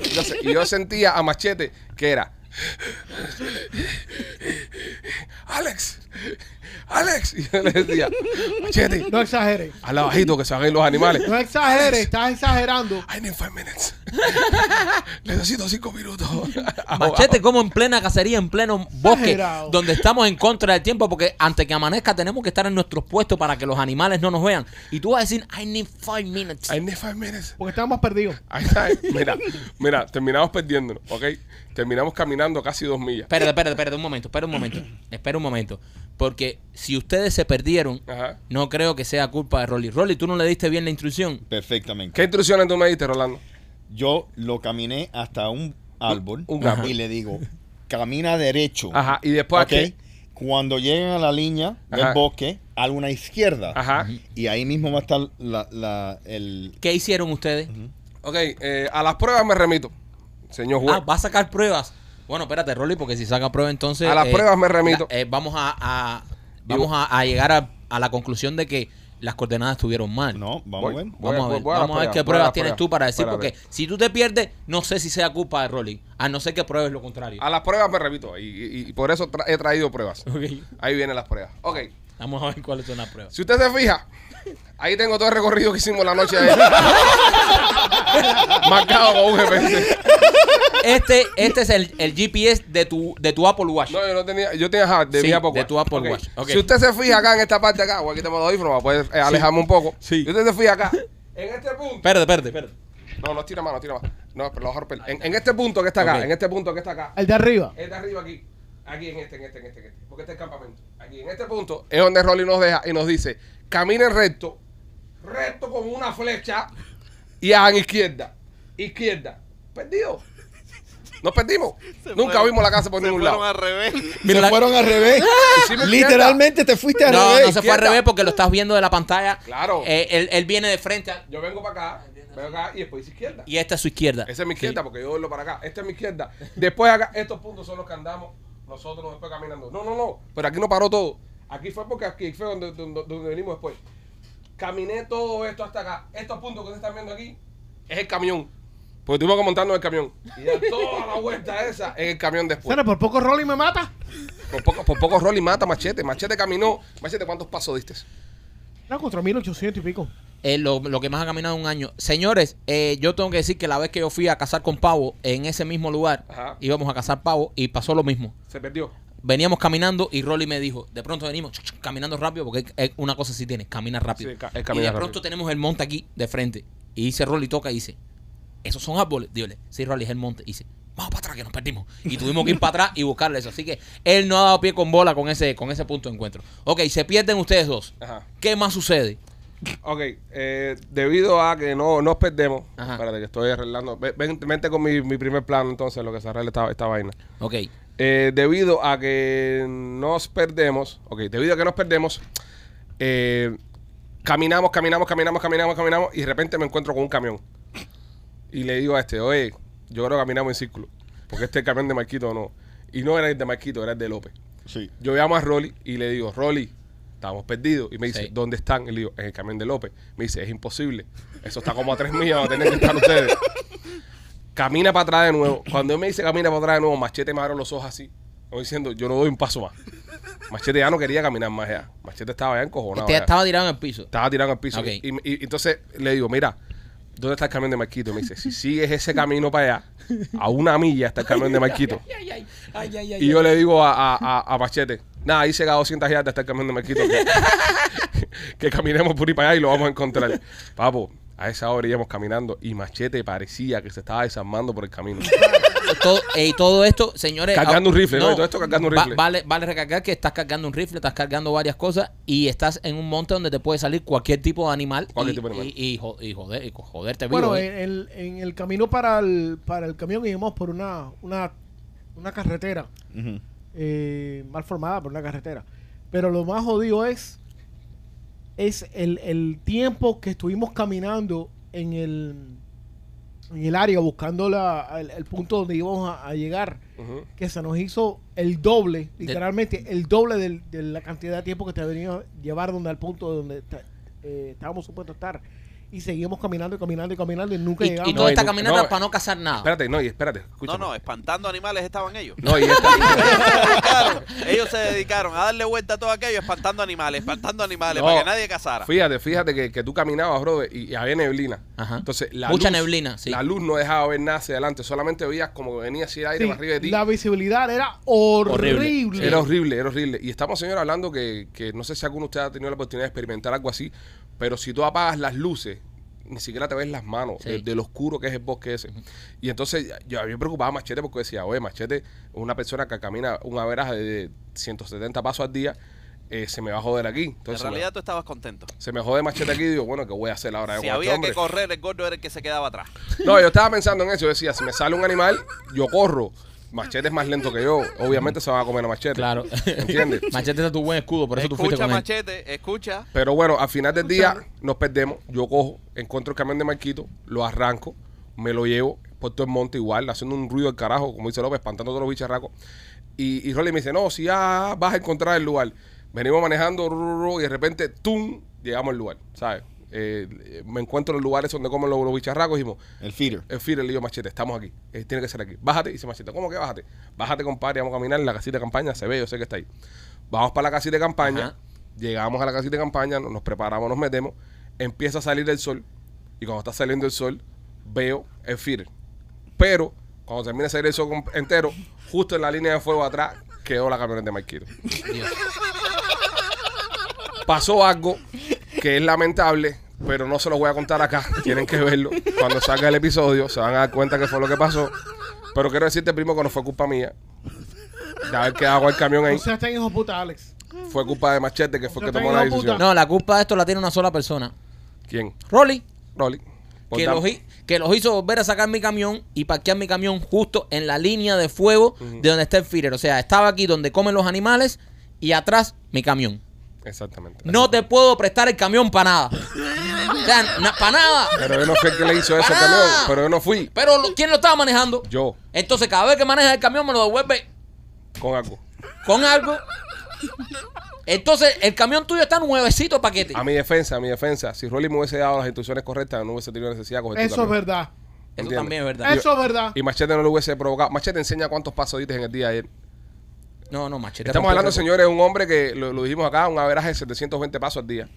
Entonces, y yo sentía a Machete que era. Alex, Alex. Y yo le decía, Machete,
No exageres.
habla bajito que se van a ir los animales.
No exageres, estás exagerando.
I need five minutes. Necesito cinco minutos.
Machete, como en plena cacería, en pleno bosque,
Exagerado.
donde estamos en contra del tiempo, porque antes que amanezca tenemos que estar en nuestros puestos para que los animales no nos vean. Y tú vas a decir, I need five minutes.
I need five minutes.
Porque estábamos perdidos.
Ahí está. eh. Mira, mira, terminamos perdiéndonos, ¿ok? Terminamos caminando casi dos millas.
Espérate, espérate, espérate un momento, espera un momento, espera un momento. Porque si ustedes se perdieron,
Ajá.
no creo que sea culpa de Rolly. Rolly, tú no le diste bien la instrucción.
Perfectamente.
¿Qué instrucciones tú me diste, Rolando?
Yo lo caminé hasta un árbol
Un árbol.
y le digo, camina derecho.
Ajá, y después
Pues
Ok.
aquí.
Cuando lleguen a la línea
Ajá.
del bosque, a una izquierda.
Ajá.
Y ahí mismo va a estar la, la- el...
¿Qué hicieron ustedes?
Ok, eh, a las pruebas me remito, señor juez.
Ah, va a sacar pruebas. Bueno, espérate, Rolly, porque si saca pruebas, entonces.
A las pruebas me remito.
la- eh, vamos a, a- vamos a, a llegar a, a la conclusión de que las coordenadas estuvieron mal.
No,
Voy.
vamos a ver.
Voy a-
Vamos a ver,
voy a las
vamos a ver
pruebas, voy
qué
a las
pruebas tienes
pruebas.
tú para decir,
Voy a las
porque si tú te pierdes, no sé si sea culpa de Rolly, a no ser que pruebes lo contrario.
a las pruebas me remito, y, y- y por eso tra- he traído pruebas.
Ok.
Ahí vienen las pruebas. Ok,
Vamos a ver cuáles son las pruebas.
si usted se fija, ahí tengo todo el recorrido que hicimos la noche de ayer. Marcado con un GPS.
Este, este es el, el GPS de tu, de tu Apple Watch.
No, yo no tenía, yo tenía ajá, de
Sí,
mi Apple
de
Watch.
tu Apple
Ok.
Watch. Ok.
Si usted se fija acá en esta parte acá, voy a quitarme los audífonos para poder eh, alejarme un poco.
Sí.
Si usted se fija acá, en este punto.
Espérate, espérate, espérate.
No, no tira mano, tira mano. No, pero lo vas a romper. En, en este punto que está acá,
Ok.
en este punto que está acá.
El de arriba.
Es de arriba aquí. Aquí en este, en este, en este, en este. Porque este es el campamento. Aquí en este punto es donde Rolly nos deja y nos dice, caminen recto, recto con una flecha y hagan izquierda, izquierda. Perdido. Nos perdimos. Nunca
fueron-
vimos la casa por
Se
ningún
fueron
lado.
al revés.
Se
la- Ah,
fueron al revés.
Hicimos izquierda.
Literalmente te fuiste al
No,
revés.
no se fue al
izquierda.
revés porque lo estás viendo de la pantalla.
Claro.
Eh, él, él viene de frente a-
Yo vengo para acá, vengo acá y después hice izquierda.
y esta es su izquierda.
Esa es mi izquierda, porque yo vuelvo para acá. Esta es mi izquierda. Después acá, estos puntos son los que andamos nosotros después caminando. No, no, no. Pero aquí no paró todo. Aquí fue porque aquí fue donde, donde, donde venimos después. Caminé todo esto hasta acá. Estos puntos que ustedes están viendo aquí es el camión. Porque tuvimos que montarnos en el camión. Y dar toda la vuelta esa en el camión después.
Sara, por poco Rolly me mata.
Por poco, por poco Rolly mata a Machete. Machete caminó. Machete, ¿cuántos pasos diste?
No, contra 1800 y pico.
Eh, lo, lo que más ha caminado un año. Señores, eh, yo tengo que decir que la vez que yo fui a cazar con pavo en ese mismo lugar,
Ajá.
íbamos a cazar pavo y pasó lo mismo.
Se perdió.
Veníamos caminando y Rolly me dijo, de pronto venimos chuc, chuc, caminando rápido porque es- es una cosa sí tiene, camina rápido.
Sí, ca- es
y de
caminar rápido.
pronto tenemos el monte aquí de frente. Y dice Rolly, toca y dice, ¿esos son árboles? Dígale, sí, Rolly, es el monte. Y dice, vamos para atrás que nos perdimos. Y tuvimos que ir para atrás y buscarle eso. Así que él no ha dado pie con bola con ese, con ese punto de encuentro. Ok, se pierden ustedes dos.
Ajá.
¿Qué más sucede?
Ok, eh, debido a que no nos perdemos,
Ajá.
espérate que estoy arreglando, Ve- ven- vente con mi, mi primer plano entonces, lo que se arregla esta, esta vaina.
Ok.
Eh, debido a que nos perdemos, ok, debido a que nos perdemos, eh, caminamos, caminamos, caminamos, caminamos, caminamos y de repente me encuentro con un camión. Y le digo a este, oye, yo creo que caminamos en círculo, porque este es el camión de Marquito no. Y no era el de Marquito, era el de López.
Sí.
Yo llamo a Rolly y le digo, Rolly, estamos perdidos. Y me dice,
Sí.
¿dónde están? Y le digo, en el camión de López. Me dice, es imposible. Eso está como a tres millas, van a tener que estar ustedes. Camina para atrás de nuevo. Cuando él me dice camina para atrás de nuevo, Machete me abre los ojos así. Como diciendo, yo no doy un paso más. Machete ya no quería caminar más allá. Machete estaba ya encojonado.
Usted
ya.
Este estaba tirado en el piso.
Estaba tirado al piso.
Ok.
Y, y- y entonces le digo, mira, ¿dónde está el camión de Marquito? Y me dice, si sigues ese camino para allá, a una milla está el camión de Marquito. Y yo le digo a, a, a- a Machete, nada, ahí se da 200 yardas hasta el camión de Marquito. Que, que caminemos por ahí para allá y lo vamos a encontrar. Papo, a esa hora íbamos caminando y Machete parecía que se estaba desarmando por el camino.
todo, y todo esto, señores.
Cargando un rifle,
no,
¿no? Todo esto cargando un
va-
rifle.
vale, vale recargar que estás cargando un rifle, estás cargando varias cosas y estás en un monte donde te puede salir cualquier tipo de animal.
Cualquier
y,
tipo de animal.
Y, y jo- y joder, y joderte vivo.
Bueno,
¿eh?
en el, en el camino para el, para el camión íbamos por una, una, una carretera
Ujú.
eh, mal formada, por una carretera. Pero lo más jodido es, es el, el tiempo que estuvimos caminando en el, en el área buscando la, el, el punto donde íbamos a, a llegar,
Ujú.
que se nos hizo el doble, literalmente el doble del- de la cantidad de tiempo que te venía a llevar donde al punto donde ta- eh, estábamos supuestos a estar. Y seguimos caminando y caminando y caminando y nunca
y, eh. y
llegamos.
todo
No,
está
y nunca-
caminando
no,
para no cazar nada.
Espérate, no, y espérate, escúchame.
No, no, espantando animales estaban ellos.
No, y esta-
Ellos se dedicaron- ellos se dedicaron a darle vuelta a todo aquello, espantando animales, espantando animales,
No.
para que nadie cazara.
Fíjate, fíjate que, que tú caminabas, bro, y, y había neblina.
Ajá.
Entonces, la
Mucha
luz-
neblina, sí.
La luz no dejaba ver nada hacia adelante, solamente veías como que venía así el aire
Sí,
para arriba de ti.
la visibilidad era horrible.
Horrible.
Era horrible, era horrible. Y estamos, señor, hablando que, que no sé si alguno de ustedes ha tenido la oportunidad de experimentar algo así, pero si tú apagas las luces, ni siquiera te ves las manos
Sí.
de, del oscuro que es el bosque ese. Y entonces yo a mí me preocupaba Machete porque decía, oye, Machete, una persona que camina una veraja de 170 pasos al día, eh, se me va a joder aquí.
En
Entonces,
realidad tú estabas contento.
se me jode Machete aquí y digo, bueno, ¿qué voy a hacer ahora
Si
con este
había
hombre?
que correr, el gordo era el que se quedaba atrás.
No, yo estaba pensando en eso. Yo decía, si me sale un animal, yo corro. Machete es más lento que yo. Obviamente se van a comer a Machete.
Claro.
¿Entiendes?
Machete es tu buen escudo, por eso tú fuiste
Escucha,
con él.
machete, escucha.
Pero bueno, al final del día nos perdemos. Yo cojo, encuentro el camión de Marquito, lo arranco, me lo llevo por todo el monte igual, haciendo un ruido del carajo, como dice López, espantando a todos los bicharracos. Y, y Rolly me dice, no, si ya vas a encontrar el lugar. Venimos manejando ru, ru, ru, y de repente, ¡tum! Llegamos al lugar, ¿sabes? Eh, me encuentro en los lugares donde comen los, los bicharracos y dijimos,
El feeder.
el Fidel le dijo Machete, estamos aquí. Eh, tiene que ser aquí. Bájate, dice Machete. ¿Cómo que bájate? Bájate, compadre. Vamos a caminar en la casita de campaña. Se ve, yo sé que está ahí. Vamos para la casita de campaña.
Ajá.
Llegamos a la casita de campaña, no- nos preparamos, nos metemos. Empieza a salir el sol. Y cuando está saliendo el sol, veo el Fidel. Pero cuando termina de salir el sol com- entero, justo en la línea de fuego atrás, quedó la camioneta de Marquito. Pasó algo que es lamentable, pero no se lo voy a contar acá. Tienen que verlo. Cuando salga el episodio, se van a dar cuenta que fue lo que pasó. Pero quiero decirte, primo, que no fue culpa mía. De haber quedado el camión ahí.
O sea, están hijos puta, Alex.
Fue culpa de Machete, que fue el que tomó la decisión.
No, la culpa de esto la tiene una sola persona.
¿Quién?
Rolly,
Rolly. Por
que
dar-
los, hi- que los hizo volver a sacar mi camión y parquear mi camión justo en la línea de fuego de donde está el feeder. O sea, estaba aquí donde comen los animales y atrás mi camión.
Exactamente.
No te puedo prestar el camión para nada. O sea, para nada.
Pero yo no fui el que le hizo eso al camión. Pero yo no fui.
Pero lo- ¿quién lo estaba manejando?
Yo,
Entonces cada vez que maneja el camión me lo devuelve
con algo.
con algo. Entonces el camión tuyo está nuevecito de paquete.
A mi defensa, a mi defensa. Si Rolly me hubiese dado las instrucciones correctas, no hubiese tenido necesidad de coger tu
Eso es
camión.
verdad.
Eso
¿Entiendes?
también es verdad.
Eso es verdad.
Y Machete no lo hubiese provocado. Machete enseña cuántos pasos diste en el día de ayer.
No, no, machete.
Estamos
rompe
hablando,
récord.
señores, de un hombre que lo, lo dijimos acá, un averaje de 720 pasos al día.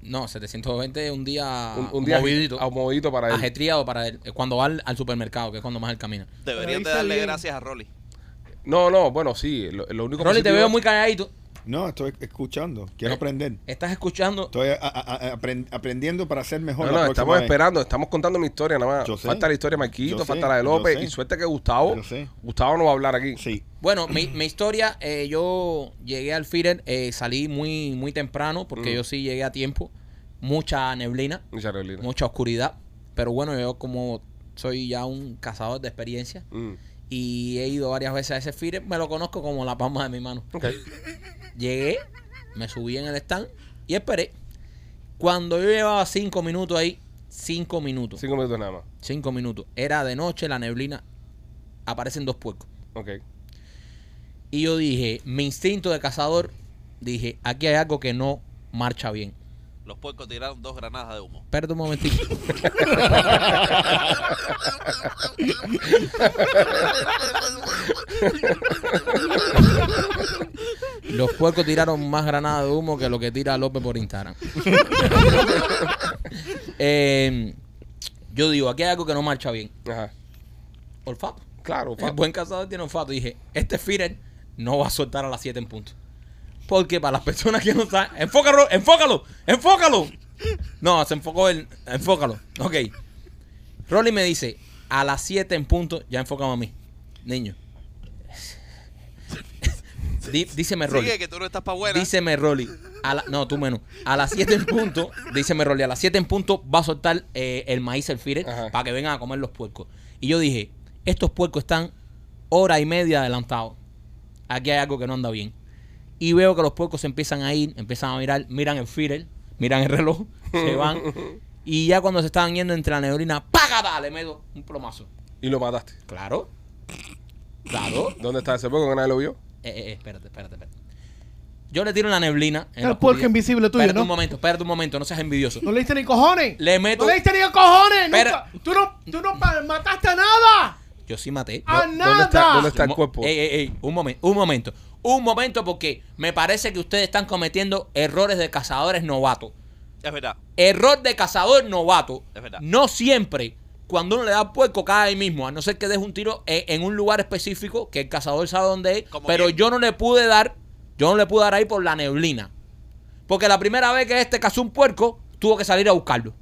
No, 720 es Ah, un día,
Un, un día
movidito, Ah,
a un movidito para él.
ajetreado para él. Es Cuando va al, al supermercado, que es cuando más él camina.
Deberían de
dice
darle
bien.
gracias a Rolly.
No, no, bueno, sí. Lo, lo único
Rolly, te
positivo-
veo muy calladito.
No, estoy escuchando. Quiero
Eh,
aprender.
Estás escuchando.
Estoy a- a- a- aprend- aprendiendo para ser mejor.
No,
la
no,
próxima
estamos
vez.
esperando, estamos contando mi historia nada más.
Yo sé.
Falta la historia de Marquito,
Yo
falta
sé,
la de
yo
López
sé.
y suerte que Gustavo,
Yo sé.
Gustavo no va a hablar aquí.
Sí.
Bueno, mi, mi historia, eh, yo llegué al feeder, eh, salí muy, muy temprano porque
Mm.
yo sí llegué a tiempo. Mucha neblina,
Muchas gracias.
mucha oscuridad. Pero bueno, yo como soy ya un cazador de experiencia
Mm,
y he ido varias veces a ese feeder, me lo conozco como la palma de mi mano.
ok.
Llegué, me subí en el stand y esperé. Cuando yo llevaba cinco minutos ahí, cinco minutos,
Cinco minutos nada más.
cinco minutos. Era de noche, la neblina, aparecen dos puercos.
Ok.
Y yo dije, mi instinto de cazador, dije, aquí hay algo que no marcha bien.
Los puercos tiraron dos granadas de humo.
Espérate un momentito. Los puercos tiraron más granadas de humo que lo que tira López por Instagram. Eh, yo digo, aquí hay algo que no marcha bien.
Ajá.
Olfato.
Claro,
El
Fab.
buen cazador tiene olfato. Dije, este Firen no va a soltar a las 7 en punto. Porque para las personas que no saben, enfócalo, enfócalo, enfócalo. No, se enfocó él, enfócalo. Ok. Rolly me dice, a las 7 en punto, ya enfócame a mí, niño. Di- díceme, Rolly.
Sigue que tú no estás para buena.
Díceme Rolly. A la- no, tú menos. A las 7 en punto, díceme Rolly, a las 7 en punto va a soltar eh, el maíz el firet
Ajá.
para que vengan a comer los puercos. Y yo dije, estos puercos están hora y media adelantados. Aquí hay algo que no anda bien. Y veo que los puercos se empiezan a ir, empiezan a mirar, miran el firet, miran el reloj, se van. Y ya cuando se estaban yendo entre la neblina, ¡págata! Le meto un plomazo.
Y lo mataste.
Claro. Claro.
¿Dónde está ese poco que nadie lo vio?
Eh, eh, eh, espérate, espérate, espérate. Yo le tiro en la neblina. en la
El puerco
oscuridad.
invisible tuyo,
Espérate
¿no?
un momento, espérate un momento, no seas envidioso.
No le diste ni cojones.
Le meto-
No le diste ni cojones.
Espera.
nunca. Tú no, tú no pa- mataste a nada.
Yo sí maté.
A
¿Dónde
nada.
está- dónde está el cuerpo?
Ey, ey, ey, un momento, un momento. Un momento porque me parece que ustedes están cometiendo errores de cazadores novatos.
Es verdad.
Error de cazador novato.
Es verdad.
No siempre. Cuando uno le da puerco, cae ahí mismo. A no ser que deje un tiro eh, en un lugar específico que el cazador sabe dónde es.
¿Cómo
Pero
quién?
yo no le pude dar. Yo no le pude dar ahí por la neblina. Porque la primera vez que este cazó un puerco, tuvo que salir a buscarlo.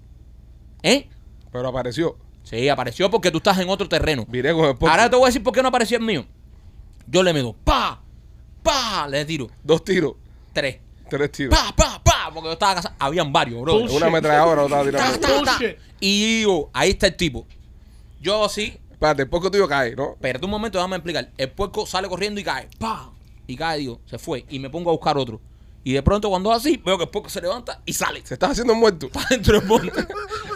¿Eh?
Pero apareció.
Sí, apareció porque tú estás en otro terreno.
Viré con el poco.
Ahora te voy a decir por qué no apareció el mío. Yo le meto, pa, pa, le tiro,
Dos tiros.
tres,
Tres tiros.
pa, pa, pa, porque yo estaba casado. Habían varios, bro.
Una ametralladora no estaba tirando.
Ta, ta, ta.
Bullshit.
Y digo, ahí está el tipo. Yo sí,
Espérate, el poco tuyo cae, ¿no?
perdí un momento, déjame explicar. El puerco sale corriendo y cae, pa, y cae, digo, se fue. Y me pongo a buscar otro. Y de pronto, cuando es así, veo que el puerco se levanta y sale.
Se está haciendo muerto.
Para dentro del monte.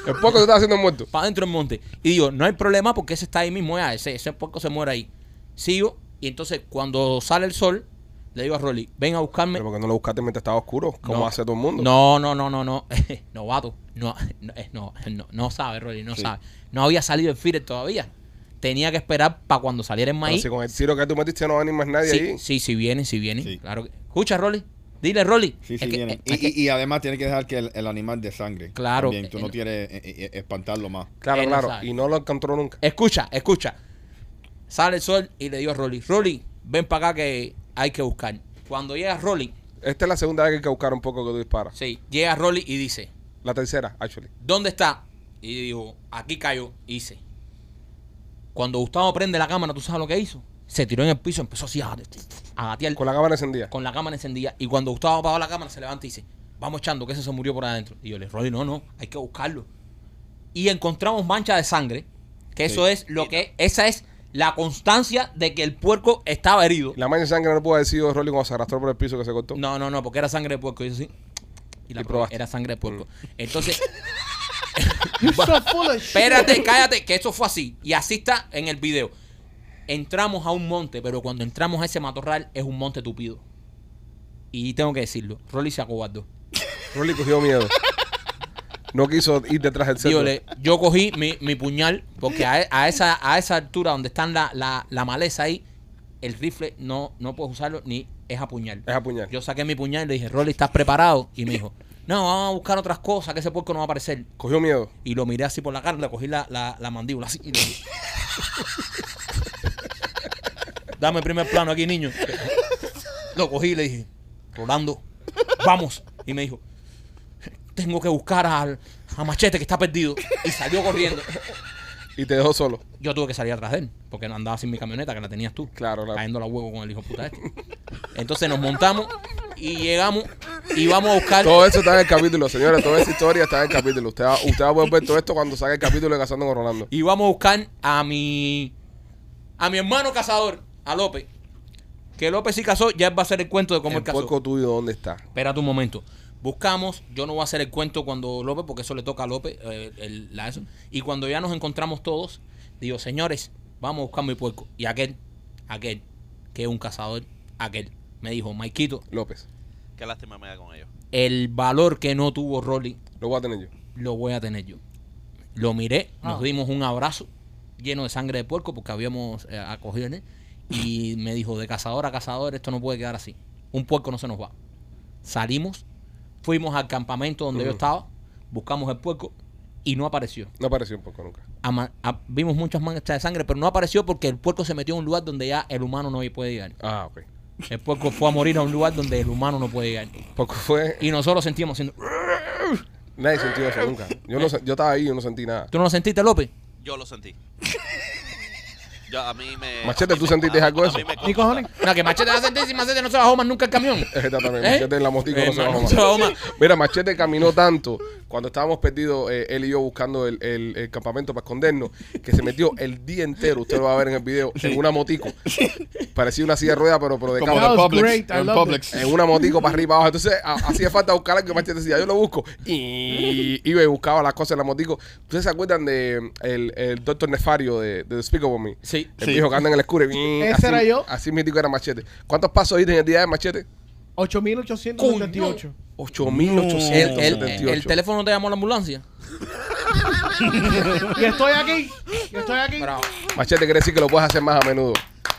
El poco se está haciendo muerto.
para dentro del monte. Y digo, no hay problema porque ese está ahí mismo ya, ese, ese puerco se muere ahí. Sigo, y entonces cuando sale el sol, le digo a Rolly, ven a buscarme.
Pero porque no lo buscaste mientras estaba oscuro, como
No.
hace todo el mundo.
No, no, no, no, no. Novato. No, no, eh, no, no, no sabe, Rolly, no sabe. No había salido el feeder todavía. Tenía que esperar para cuando saliera el
Pero
maíz.
si con el tiro que tú metiste no va ni más nadie
Sí,
ahí.
sí, sí viene, sí viene.
Sí.
Claro que. Escucha, Rolly. Dile, Rolly.
Sí,
Es
sí,
que-
vienen.
eh,
Y,
es que-
y- y además tiene que dejar que el, el animal de sangre.
Claro.
Bien, tú
Eh,
no
no.
quieres eh, eh, espantarlo más.
Claro,
Él no
claro.
sabe.
y no lo encontró nunca.
Escucha, escucha. Sale el sol y le digo a Rolly, Rolly, ven para acá que hay que buscar. Cuando llega Rolly,
Esta es la segunda vez que hay que buscar un poco que tú disparas.
sí, llega Rolly y dice,
La tercera, actually.
¿dónde está? Y digo, aquí cayó, hice. Cuando Gustavo prende la cámara, ¿tú sabes lo que hizo? Se tiró en el piso, empezó así a, a gatear
Con
con
la cámara encendida.
la, cámara encendida. Y cuando Gustavo apagó la cámara, se levanta y dice, vamos echando, que ese se murió por adentro. Y yo le, Rolly, no, no, hay que buscarlo. Y encontramos mancha de sangre, que eso es lo que, esa es la constancia de que el puerco estaba herido.
La mancha de sangre no pudo haber sido Rolly cuando se arrastró por el piso que se cortó.
No, no, no, porque era sangre de puerco. Y yo sí. Y la
Y
probé,
probaste. Mm.
Era sangre de puerco. Entonces,
You're so full of shit.
espérate, cállate, que eso fue así. Y así está en el video. Entramos a un monte, pero cuando entramos a ese matorral es un monte tupido. Y tengo que decirlo, Rolly se acobardó.
Rolly cogió miedo. No quiso ir detrás del cerdo.
Dígole, yo cogí mi, mi puñal, porque a, e- a esa, a esa altura donde están la, la- la maleza ahí, el rifle no, no puedes usarlo ni es a puñal.
Es apuñal.
Yo saqué mi puñal y le dije, Rolly, ¿estás preparado? Y me dijo, no, vamos a buscar otras cosas, que ese puerco no va a aparecer.
Cogió miedo.
Y lo miré así por la cara, le cogí la, la, la mandíbula así. y le dije, Dame primer plano aquí, niño. Lo cogí y le dije, Rolando, vamos. Y me dijo, tengo que buscar al, a Machete que está perdido. Y salió corriendo.
Y te dejó solo.
Yo tuve que salir atrás de él, porque no andaba sin mi camioneta, que la tenías tú.
Claro, claro.
Cayendo la huevo con el hijo de puta este. Entonces nos montamos y llegamos y vamos a buscar.
Todo eso está en el capítulo, señores. Toda esa historia está en el capítulo. Usted va, usted va a poder ver todo esto cuando saque el capítulo de Casando con Rolando.
Y vamos a buscar a mi. A mi hermano cazador, a López. Que López sí cazó, ya él va a hacer el cuento de cómo
el
él cazó.
puerco tuyo, ¿dónde está?
Espérate un momento. Buscamos, yo no voy a hacer el cuento cuando López, porque eso le toca a López, eh, el- la eso. Y cuando ya nos encontramos todos, digo, señores, vamos a buscar mi puerco. Y aquel, aquel, que es un cazador, aquel, me dijo, Maikito,
López.
Qué lástima me da con ellos.
el valor que no tuvo Rolly
Lo voy a tener yo.
lo voy a tener yo. Lo miré, nos dimos un abrazo lleno de sangre de puerco porque habíamos eh, acogido en él. Y me dijo, de cazador a cazador, esto no puede quedar así. Un puerco no se nos va. Salimos, fuimos al campamento donde yo estaba, buscamos el puerco y no apareció.
No apareció un poco nunca.
Ama- a- vimos muchas manchas de sangre, pero no apareció porque el puerco se metió en un lugar donde ya el humano no puede llegar.
Ah, ok.
El puerco fue a morir a un lugar donde el humano no puede llegar.
Porque fue.
Y nosotros sentíamos haciendo...
Nadie sintió eso nunca. Yo, no, sen- yo estaba ahí y yo no sentí nada.
¿Tú no lo sentiste, López?
Yo lo sentí. Yo, a mí me.
Machete,
a mí
¿tú
me-
sentiste
a-
algo
a
eso?
mí me
¿Y cojones?
No, que Machete va a sentir si Machete no se bajó más nunca el camión.
Exactamente.
¿Eh?
Machete en la motico
Eh,
no se
man,
bajó
no se
más.
bajó más.
Mira, Machete caminó tanto cuando estábamos perdidos, eh, él y yo buscando el, el- el campamento para escondernos, que se metió el día entero, usted lo va a ver en el video, en una motico. Parecía una silla de rueda, pero, pero de
Como
cama.
That
de
was
Publix.
great, I
en
loved
Publix.
En una motico para arriba abajo. Entonces a- hacía falta buscar algo que Machete decía, yo lo busco. Y iba y buscaba las cosas en la motico. ¿Ustedes se acuerdan de el, el Doctor Nefario de, de The Speak of Me?
Sí.
El
Sí.
viejo que anda en el escuro.
Ese
así,
era yo.
Así mítico era Machete. ¿Cuántos pasos diste en el día de Machete?
8878.
El-
El,
el-
teléfono no te llamó a la ambulancia.
Y estoy aquí. Y estoy aquí.
Machete quiere decir que lo puedes hacer más a menudo.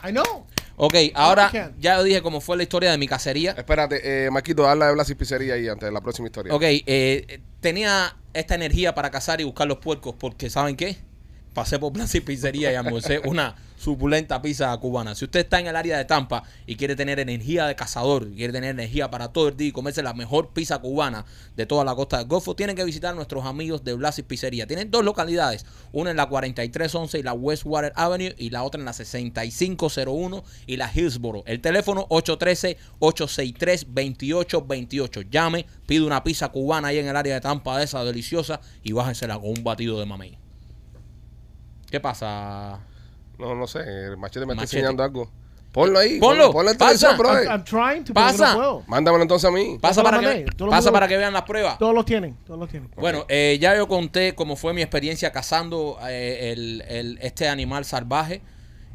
I know.
Ok,
Okay.
ahora ya dije cómo fue la historia de mi cacería.
Espérate, eh, Marquito, habla de Blas y Pizzería ahí antes de la próxima historia.
Ok, eh, tenía esta energía para cazar y buscar los puercos porque, ¿saben qué? Pasé por Plaza y Pizzería y almorcé una suculenta pizza cubana. Si usted está en el área de Tampa y quiere tener energía de cazador, y quiere tener energía para todo el día y comerse la mejor pizza cubana de toda la costa del Golfo, tienen que visitar a nuestros amigos de Blas y Pizzería. Tienen dos localidades, una en la 4311 y la Westwater Avenue y la otra en la 6501 y la Hillsboro. El teléfono 813-863-2828. Llame, pide una pizza cubana ahí en el área de Tampa de esa deliciosa y bájensela con un batido de mamey. ¿Qué pasa?
No, no sé, el Machete me está
Machete.
enseñando algo. Ponlo ahí.
Ponlo,
Ponlo en
pasa.
televisión, brother.
I'm, I'm trying to,
Pasa.
pero no puedo.
Mándamelo entonces a mí.
Pasa
te la
para, que,
mandé, tú lo
pasa
mandas.
para que vean las pruebas.
Todos los tienen. Todos los tienen.
Bueno, eh, ya yo conté cómo fue mi experiencia cazando eh, el- el- este animal salvaje.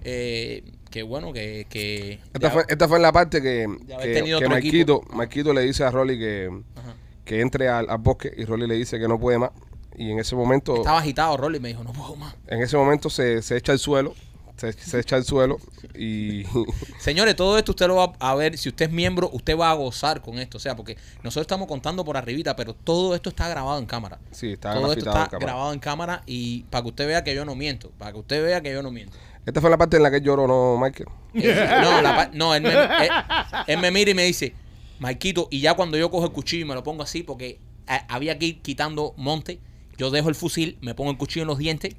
eh, que bueno, que... que-
Esta fue, esta fue la parte que,
De haber
que,
tenido
que
otro
Marquito, Marquito le dice a Rolly que,
Ajá.
que entre al, al bosque y Rolly le dice que no puede más. Y en ese momento,
Estaba agitado, Rolly, me dijo, no puedo más.
en ese momento se, se echa al suelo. Se, se echa al suelo y
Señores, todo esto usted lo va a ver. Si usted es miembro, usted va a gozar con esto. O sea, porque nosotros estamos contando por arribita, pero todo esto está grabado en cámara.
sí, está
todo esto
grafitado
está
en cámara.
grabado en cámara y para que usted vea que yo no miento. Para que usted vea que yo no miento.
Esta fue la parte en la que lloró, ¿no, Michael?
Eh, no, la pa- no, él me, él- él me mira y me dice, Marquito, y ya cuando yo cojo el cuchillo y me lo pongo así, porque eh, había que ir quitando monte, yo dejo el fusil, me pongo el cuchillo en los dientes,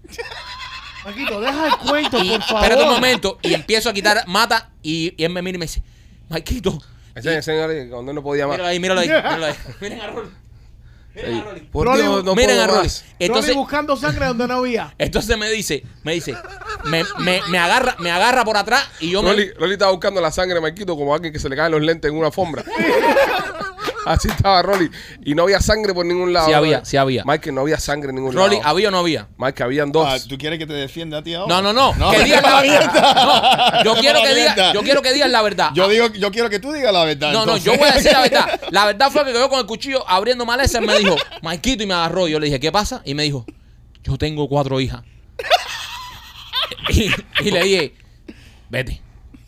Maquito, deja el cuento,
y
por favor.
espérate un momento, y empiezo a quitar mata, y, y él me mira y me dice, Marquito,
Ese señor cuando él no podía más.
míralo ahí, míralo ahí, míralo ahí. Miren a Rolly. Miren a Rolly.
Por
Rolly,
Dios, no
Miren
puedo
a Rolly.
más.
Entonces,
Entonces,
buscando sangre donde no había.
entonces me dice, me dice, me, me- me agarra, me agarra por atrás y yo me-
Rolly, Rolly estaba buscando la sangre de Marquito como alguien que se le caen los lentes en una alfombra. Así estaba Rolly. Y no había sangre por ningún lado.
Sí había,
brother.
sí había.
Mike, no había sangre en ningún
Rolly,
lado.
¿había o no había?
Mike, habían
Ah,
dos.
¿Tú quieres que te defienda a ti ahora?
No, no, no. Que diga la verdad. No, yo quiero que diga, yo quiero que digas la verdad.
Yo, digo, yo quiero que tú digas la verdad.
no, no,
entonces.
yo voy a decir la verdad. La verdad fue que yo con el cuchillo abriendo maleza, él me dijo, Maikito, y me agarró. Yo le dije, ¿qué pasa? Y me dijo, yo tengo cuatro hijas. Y, y le dije, vete,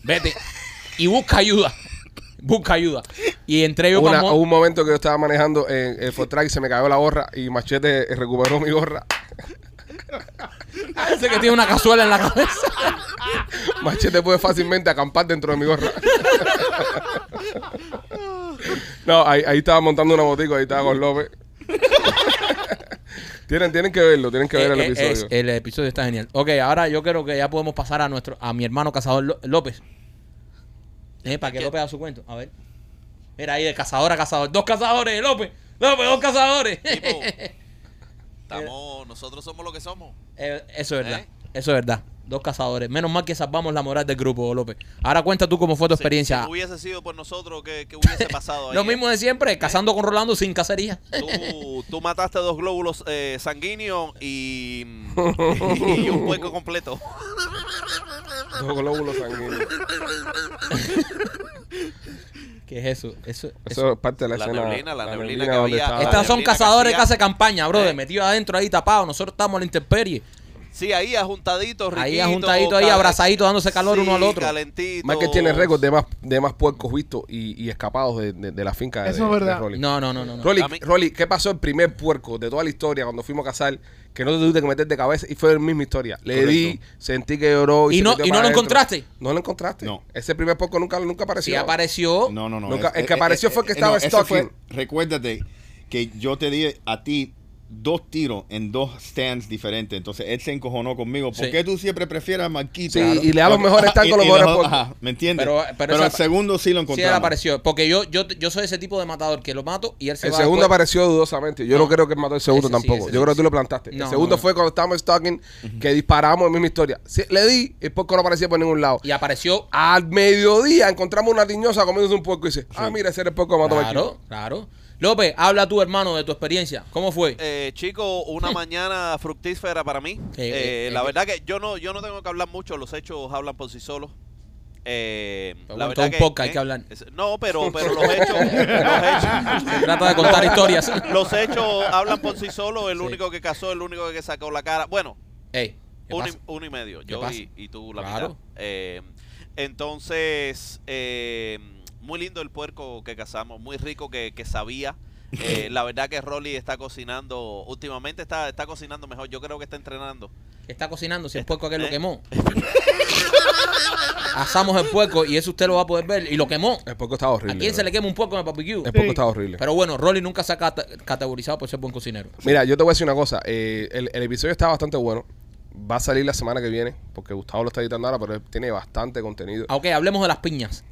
vete. Y busca ayuda. Busca ayuda. Y entré yo
Hubo
para
una-
mo-
hubo un momento que yo estaba manejando en el Fortrack y se me cayó la gorra y Machete recuperó mi gorra.
Parece que tiene una cazuela en la cabeza.
Machete puede fácilmente acampar dentro de mi gorra. No, ahí, ahí estaba montando una botica, ahí estaba con López. tienen, tienen que verlo, tienen que ver el
Eh, eh,
episodio.
es- el episodio está genial. Ok, ahora yo creo que ya podemos pasar a nuestro a mi hermano cazador Ló- López. Eh, para que López haga su cuento. A ver. Mira ahí de cazador a cazador. Dos cazadores, López. López, dos cazadores.
Tipo, estamos, nosotros somos lo que somos.
Eh, eso es verdad. Eso es verdad. Dos cazadores. Menos mal que salvamos la moral del grupo, López. Ahora cuenta tú cómo fue tu
Si-
experiencia.
Si, hubiese sido por nosotros, ¿qué, qué hubiese pasado ahí?
Lo mismo de siempre, cazando con Rolando sin cacería.
Tú, tú mataste dos glóbulos eh, sanguíneos y, y un hueco completo.
Los glóbulos sanguíneos.
¿Qué es eso? Eso, eso-
Eso es parte de la,
La
escena.
neblina, la neblina que
donde
había.
estaba-
Estas son
Carolina
cazadores que
García.
hacen campaña, bro.
Eh.
metido adentro ahí tapado. Nosotros estamos en la intemperie.
Sí, ahí ajuntados,
Ahí ajuntaditos, ahí abrazaditos, dándose calor uno al otro.
Calentito.
Michael tiene récord de más, de más puercos vistos y, y escapados de, de- de la finca de,
Eso es
de
verdad.
Rolly.
No, no, no, no. no.
Rolly,
A mí-
Rolly, ¿qué pasó el primer puerco de toda la historia cuando fuimos a cazar? Que no te tuviste que meter de cabeza y fue la misma historia. Le di, sentí que lloró.
¿Y
se
no-
metió
y
para
no lo
adentro.
encontraste?
No lo encontraste.
No.
Ese primer puerco nunca, nunca apareció.
Sí, apareció.
No, no, no.
Nunca-
es-
el que
eh,
apareció
eh,
fue el que
eh,
estaba
no, eso fue-
stalking.
recuérdate que yo te di a ti dos tiros en dos stands diferentes. Entonces él se encojonó conmigo. ¿Por
Sí.
qué tú siempre prefieres a Marquito?
Sí, y le da los mejores
Ajá,
stands con los
y- y
mejores
mejor-
pocos.
ajá, ¿Me entiendes?
Pero-
Pero,
pero esa-
el segundo sí lo
Sí,
encontramos.
él apareció. Porque yo, yo, yo soy ese tipo de matador que lo mato y él se
El
va
segundo
después.
apareció dudosamente. Yo no, creo que él mató el segundo
Ese sí,
tampoco.
ese
Yo
sí,
creo que
sí.
tú lo plantaste.
No,
el segundo
no, no.
fue cuando estábamos stalking, que disparamos la misma historia. Sí, le di, el puerco no aparecía por ningún lado.
Y apareció.
Al mediodía encontramos una tiñosa comiéndose un puerco y dice, ah, mira, ese era el puerco que mató a Marquito.
Claro, claro. López, habla tú, hermano, de tu experiencia. ¿Cómo fue?
Eh, chico, una mañana fructífera para mí.
Eh,
Eh,
eh,
la
eh.
verdad que yo no, yo no tengo que hablar mucho, los hechos hablan por sí solos. Eh,
Aguanta un podcast, hay que hablar.
es- No, pero, pero los hechos, los hechos,
Se trata de
eh,
contar historias.
los hechos hablan por sí solos. El
Sí.
único que cazó, el único que sacó la cara. Bueno,
Ey, ¿qué
uno y,
pasa?
uno y medio, yo
pasa?
y, y tú la
Claro.
mitad. Eh, entonces, eh, muy lindo el puerco que cazamos, muy rico que, que sabía. Eh, la verdad que Rolly está cocinando, últimamente está, está cocinando mejor, yo creo que está entrenando.
Está cocinando, si el puerco aquel lo
¿Eh?
quemó. Asamos el puerco y eso usted lo va a poder ver. Y lo quemó.
El puerco estaba
¿A
horrible.
quién se
bro.
le quema un puerco en el barbecue?
El puerco
Sí.
estaba horrible.
Pero bueno, Rolly nunca se ha cata- categorizado por ser buen cocinero.
Mira, yo te voy a decir una cosa. eh, el, el episodio está bastante bueno. Va a salir la semana que viene, porque Gustavo lo está editando ahora, pero él tiene bastante contenido.
Ah, Ok, hablemos de las piñas.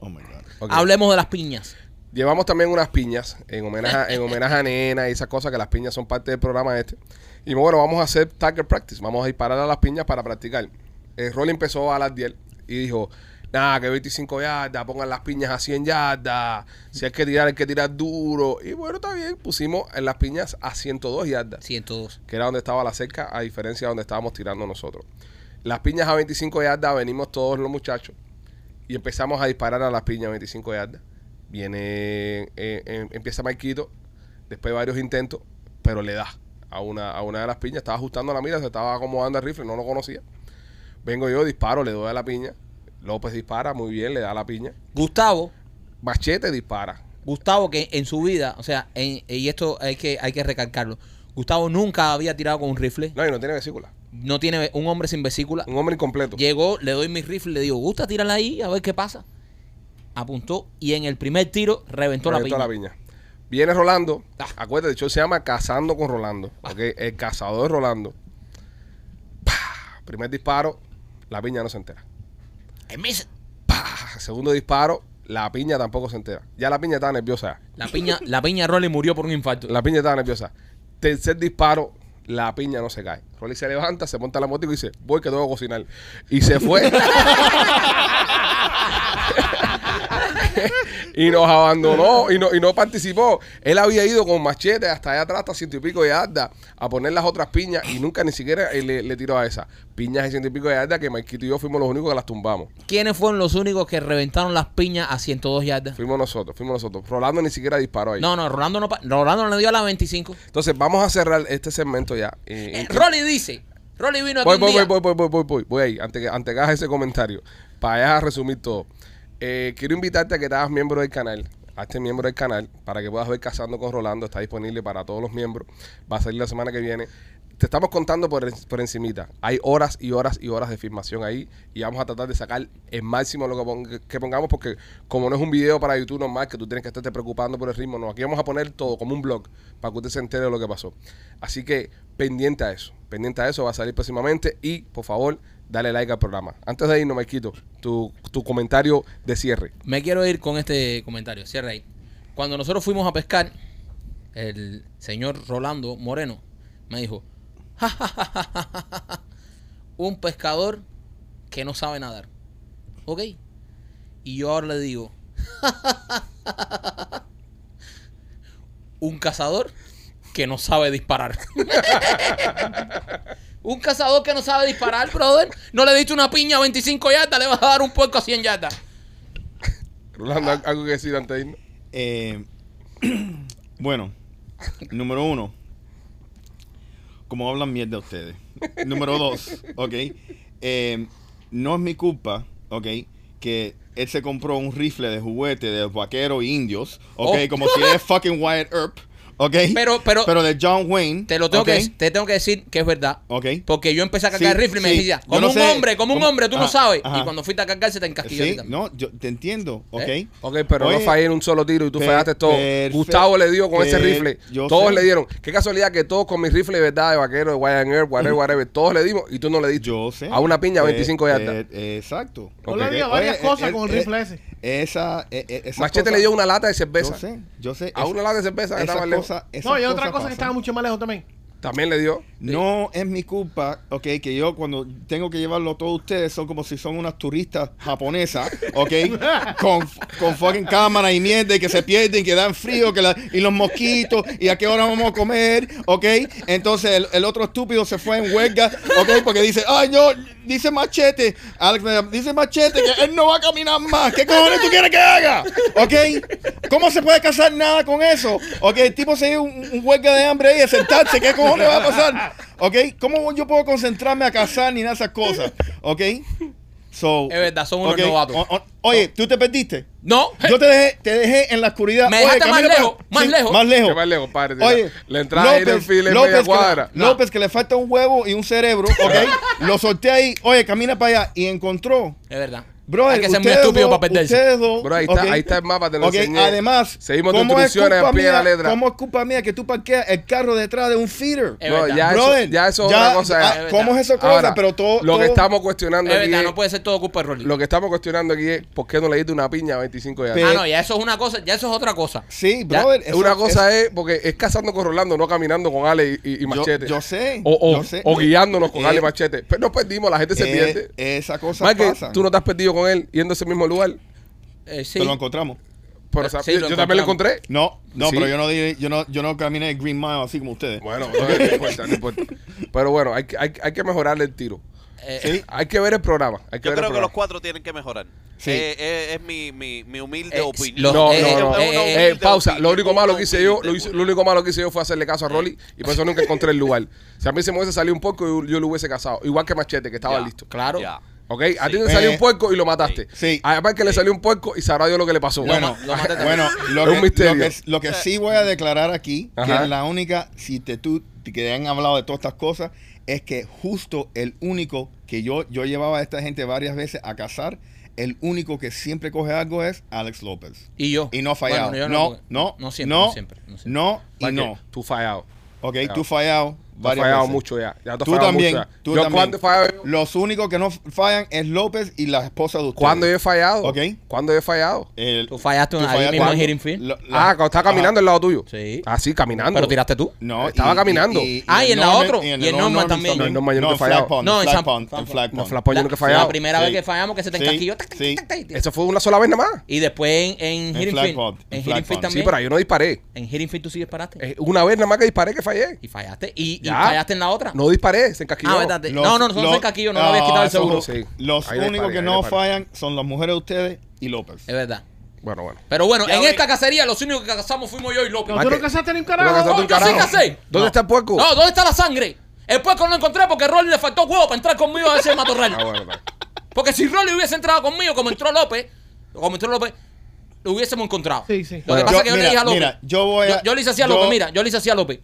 Oh my God.
Ok.
Hablemos de las piñas.
Llevamos también unas piñas en homenaje, a- en homenaje a Nena y esas cosas, que las piñas son parte del programa este. Y bueno, vamos a hacer Tucker Practice. Vamos a disparar a las piñas para practicar. El Rolly empezó a las 10 y dijo, nada, que 25 yardas, pongan las piñas a 100 yardas. Si hay que tirar, hay que tirar duro. Y bueno, está bien, pusimos en las piñas a 102 yardas.
102.
que era donde estaba la cerca, a diferencia de donde estábamos tirando nosotros. Las piñas a 25 yardas, venimos todos los muchachos y empezamos a disparar a las piñas a 25 yardas. Viene, eh, eh, empieza Marquito, después de varios intentos, pero le da a una, a una de las piñas. Estaba ajustando la mira, se estaba acomodando el rifle, no lo conocía. Vengo yo, disparo, le doy a la piña. López dispara, muy bien, le da a la piña.
Gustavo,
Machete dispara.
Gustavo que en su vida, o sea, en- y esto hay que, hay que recalcarlo. Gustavo nunca había tirado con un rifle.
No, y no tiene vesícula.
No tiene un hombre sin vesícula.
Un hombre incompleto.
Llegó, le doy mi rifle, le digo, Gusta, tírala ahí, a ver qué pasa. Apuntó y en el primer tiro reventó, la
Reventó
piña.
Viene Rolando.
Ah.
Acuérdate, el show se llama Cazando con Rolando. ¿ok? El cazador Rolando. ¡Pah! Primer disparo, la piña no se entera.
En mis-
¡Pah! Segundo disparo, la piña tampoco se entera. Ya la piña estaba nerviosa.
La piña, la piña de Rolly murió por un infarto.
La piña estaba nerviosa. Tercer disparo, la piña no se cae. Rolly se levanta, se monta la moto y dice, voy que tengo que cocinar. Y se fue. y nos abandonó y no, y no participó. Él había ido con machete hasta allá atrás, hasta ciento y pico de yarda, a poner las otras piñas y nunca ni siquiera eh, le, le tiró a esa. Piñas de ciento y pico de yarda que Marquito y yo fuimos los únicos que las tumbamos.
¿Quiénes fueron los únicos que reventaron las piñas a 102 yardas?
Fuimos nosotros, fuimos nosotros. Rolando ni siquiera disparó ahí.
No, no, Rolando no, pa- Rolando no le dio a la 25.
Entonces vamos a cerrar este segmento ya. Eh,
Eh,
eh,
Rolly dice, Rolly vino aquí
Voy,
un
voy,
día.
voy, voy, voy, voy, voy, voy, voy ahí, antes que, antes que hagas ese comentario, para allá resumir todo. Eh, quiero invitarte a que te hagas miembro del canal, hazte miembro del canal, para que puedas ver Cazando con Rolando, está disponible para todos los miembros, va a salir la semana que viene. te estamos contando por, en- por encimita. Hay horas y horas y horas de filmación ahí y vamos a tratar de sacar el máximo lo que, pong- que pongamos porque como no es un video para YouTube normal que tú tienes que estarte preocupando por el ritmo, no, aquí vamos a poner todo como un blog para que usted se entere de lo que pasó. Así que pendiente a eso, pendiente a eso, va a salir próximamente y por favor dale like al programa. Antes de irnos, Maikito, tu, tu comentario de cierre.
Me quiero ir con este comentario. Cierra ahí. Cuando nosotros fuimos a pescar, el señor Rolando Moreno me dijo: "Ja, ja, ja, ja, ja, ja, ja, Un pescador que no sabe nadar. ¿Ok? Y yo ahora le digo: Un cazador que no sabe disparar. Un cazador que no sabe disparar, brother. No le diste una piña a 25 yardas, le vas a dar un puerco a 100 yardas.
Rolando, ¿al- ¿algo que decir antes de irnos?
Eh, bueno, número uno, como hablan mierda ustedes. Número dos, ok. eh, no es mi culpa, ok, que él se compró un rifle de juguete de vaquero e indios, ok,
Oh.
como si es fucking Wyatt Earp, ok.
Pero- pero-
de John Wayne.
Te lo tengo
ok,
que dec- te tengo que decir que es verdad.
Ok.
Porque yo empecé a
Sí,
cargar el rifle y me
sí.
decía,
Yo
como
no
un
sé,
hombre, como un
como-
hombre, tú no
ajá,
sabes. Y
ajá.
cuando fuiste a cargar se te encasquilló.
Sí,
ahorita.
no, yo te entiendo, ok.
¿Eh?
Ok, pero no
Oye,
fallé en un solo tiro y tú
per-
fallaste todo.
perfe-
Gustavo le dio con ese
per-
rifle.
yo
Todos
sé.
le dieron. Qué casualidad que todos con mi rifle de verdad, de vaquero, de Wyatt Earp, whatever, whatever, todos le dimos y tú no le diste.
Yo sé.
A una piña,
Eh,
25 yardas.
eh, eh, exacto.
Yo le
Ok.
digo varias
Oye,
cosas
eh,
con el
eh,
rifle ese.
Esa, eh, eh, esas
Machete
cosas-
le dio una lata de
Yo
cerveza.
sé, yo sé.
A una lata de cerveza que
esas
estaba lejos.
cosas- esas
No, y otra cosa
cosas
que
pasan.
estaba mucho más lejos también.
También le dio.
No es mi culpa, ok, que yo cuando tengo que llevarlo a todos ustedes son como si son unas turistas japonesas, ok, con, con fucking cámara y mierda y que se pierden, que dan frío, que la- y los mosquitos, y a qué hora vamos a comer, ok. Entonces el, el otro estúpido se fue en huelga, ok, porque dice, ay, no, dice machete, Alex me llama, dice machete que él no va a caminar más, ¿qué cojones tú quieres que haga? ¿Ok? ¿Cómo se puede casar nada con eso? ¿Ok? El tipo se dio un, un huelga de hambre ahí a sentarse, ¿qué cojones va a pasar? ¿Ok? ¿Cómo yo puedo concentrarme a casar ni nada de esas cosas? ¿Ok? So,
Es verdad, son unos
ok,
novatos. Oh.
o- o- oye, ¿tú te perdiste?
No.
Yo te dejé, te dejé en la oscuridad.
Me
Oye,
dejaste más
camina para-
lejos, más lejos.
Más lejos.
Qué más lejos, padre.
Oye,
la entrada ahí del file
López
media
que le-
cuadra.
López, que le falta un huevo y un cerebro, ¿ok? Lo solté ahí, oye, camina para allá y encontró.
Es verdad.
Bro,
Hay que ser muy estúpido para perderse.
Bro, ahí está- ahí está el mapa, te lo enseñé.
Además,
Seguimos tus
¿cómo es
instrucciones al
culpa
pie de la
mía-
letra.
¿Cómo es culpa mía que tú parqueas el carro detrás de un feeder?
Es
No,
verdad.
ya,
Brother,
eso, ya eso es
ya-
otra cosa.
ah,
Es verdad.
¿cómo es eso cosa?
Ahora,
Pero todo-
Lo que
todo-
estamos cuestionando
Es
aquí
verdad,
es-
no puede ser todo culpa de Rolly.
Lo que estamos cuestionando aquí es por qué no le diste una piña a 25 de
Pe-
Ah, no, ya eso es una cosa, ya eso es otra cosa.
Sí,
Ya,
brother. eso-
Una
eso-
cosa es porque es cazando con Rolando, no caminando con Ale y, y- y Machete.
yo sé,
O, o-
yo sé.
o guiándonos con
Eh,
Ale y Machete. Pero no perdimos, la gente se
eh,
pierde.
Esa cosa
Michael,
pasa.
tú no te has perdido con él yendo a ese mismo lugar.
Eh, sí.
Pero lo encontramos.
Pero,
Eh,
o sea,
sí,
yo,
lo
yo también lo
encontramos.
encontré.
No, no,
Sí.
pero yo no, di- yo no, yo no caminé el Green Mile así como ustedes.
Bueno, no importa, no importa. Pero bueno, hay, que- hay, hay que mejorarle el tiro.
Eh,
Sí.
Hay que ver el programa. Hay que
Yo
ver el
creo que los
programa.
cuatro tienen que memejorar.
Sí.
Eh, eh, es mi, mi, mi humilde
Eh,
opinión.
los-
No,
Eh,
no, no.
eh,
Eh,
eh,
eh, pausa. Lo único
Una
malo que hice yo, lo,
humilde
hice- lo único malo que hice yo fue hacerle caso a Rolly y por eso nunca encontré el lugar. Si a mí se me hubiese salido un poco, yo, yo lo hubiese casado. Igual que Machete, que estaba
Ya,
listo.
claro.
Ya.
¿Ok? A ti
Sí.
te salió
Eh,
un puerco y lo mataste.
sí. Sí.
Además que le salió un puerco y sabrá Dios lo que le pasó.
Bueno,
Lo maté también.
bueno, lo
Es un
que,
misterio.
Lo que, lo que sí voy a declarar aquí,
Ajá.
que es la única, si te, tú, que han hablado de todas estas cosas, es que justo el único que yo, yo llevaba a esta gente varias veces a cazar, el único que siempre coge algo es Alex López.
Y yo.
Y no ha fallado.
Bueno, yo
no,
porque-
no,
no siempre,
no,
no siempre, no siempre.
no y
Michael,
no.
Tú fallado.
Ok,
Fallado.
tú fallado
Tú has
varias
fallado
veces.
mucho ya. Ya tú has
Tú
fallado
también,
mucho ya.
tú
yo
también.
cuando he fallado,
Los únicos que no fallan es López y la esposa de usted.
¿cuándo yo he fallado?
Ok.
¿Cuándo yo he fallado?
El-
Tú fallaste ahí
fallaste
mismo en
cuando-
Hitting Field.
lo-
ah,
la-
cuando estaba caminando al lado tuyo.
Sí.
Ah, sí, caminando.
Pero tiraste tú.
No,
Estaba caminando.
Ah, y en la
Norman-
otro, y en Norman también.
No, en Norman yo nunca he
Flag
fallado.
Pond,
No, en
Flag
San-
Pond,
San-
en Flag
No,
Pond.
Flapón, Pues yo
La-
nunca he fallado.
La primera vez
Sí.
que fallamos que se te
Sí,
encasquilló. tac, tac,
sí.
tac, tac, tac.
Eso fue una sola vez nada más.
Y después en, en Hitting
flag
Field.
pod,
en
en
Hitting
flag
Field
pod.
Sí,
también.
pero yo no disparé.
En Hitting Field tú sí disparaste.
Eh, una vez nada más que disparé que fallé.
Y fallaste. Y, y
Ya.
fallaste en la otra.
No disparé, se encasquilló.
Ah, verdad. No, no, nosotros
los- Ah,
en Caquillo no le habías quitado el
eso
seguro.
es lo-
Sí.
Los
Ahí le
únicos
paré,
que
ahí
no
le paré.
fallan son las mujeres de ustedes y López.
Es verdad.
Bueno, bueno.
Pero bueno,
Ya
en
voy.
esta cacería los únicos que cazamos fuimos yo y López.
No, tú no casaste ni un
Tú no
carajo.
casaste
No,
un
yo sí
carajo.
casé.
¿Dónde está el puerco?
No, ¿dónde está la sangre? El puerco no lo encontré porque a Rolly le faltó huevo para entrar conmigo a ese matorral.
Ah, bueno, está.
Porque si Rolly hubiese entrado conmigo, como entró López, como entró López, lo hubiésemos encontrado.
Sí, sí.
Lo que
Bueno,
pasa es que yo
mira,
le dije a López.
mira, yo voy a-
yo, yo le hice así a
yo-
López, mira, yo le hice así a López.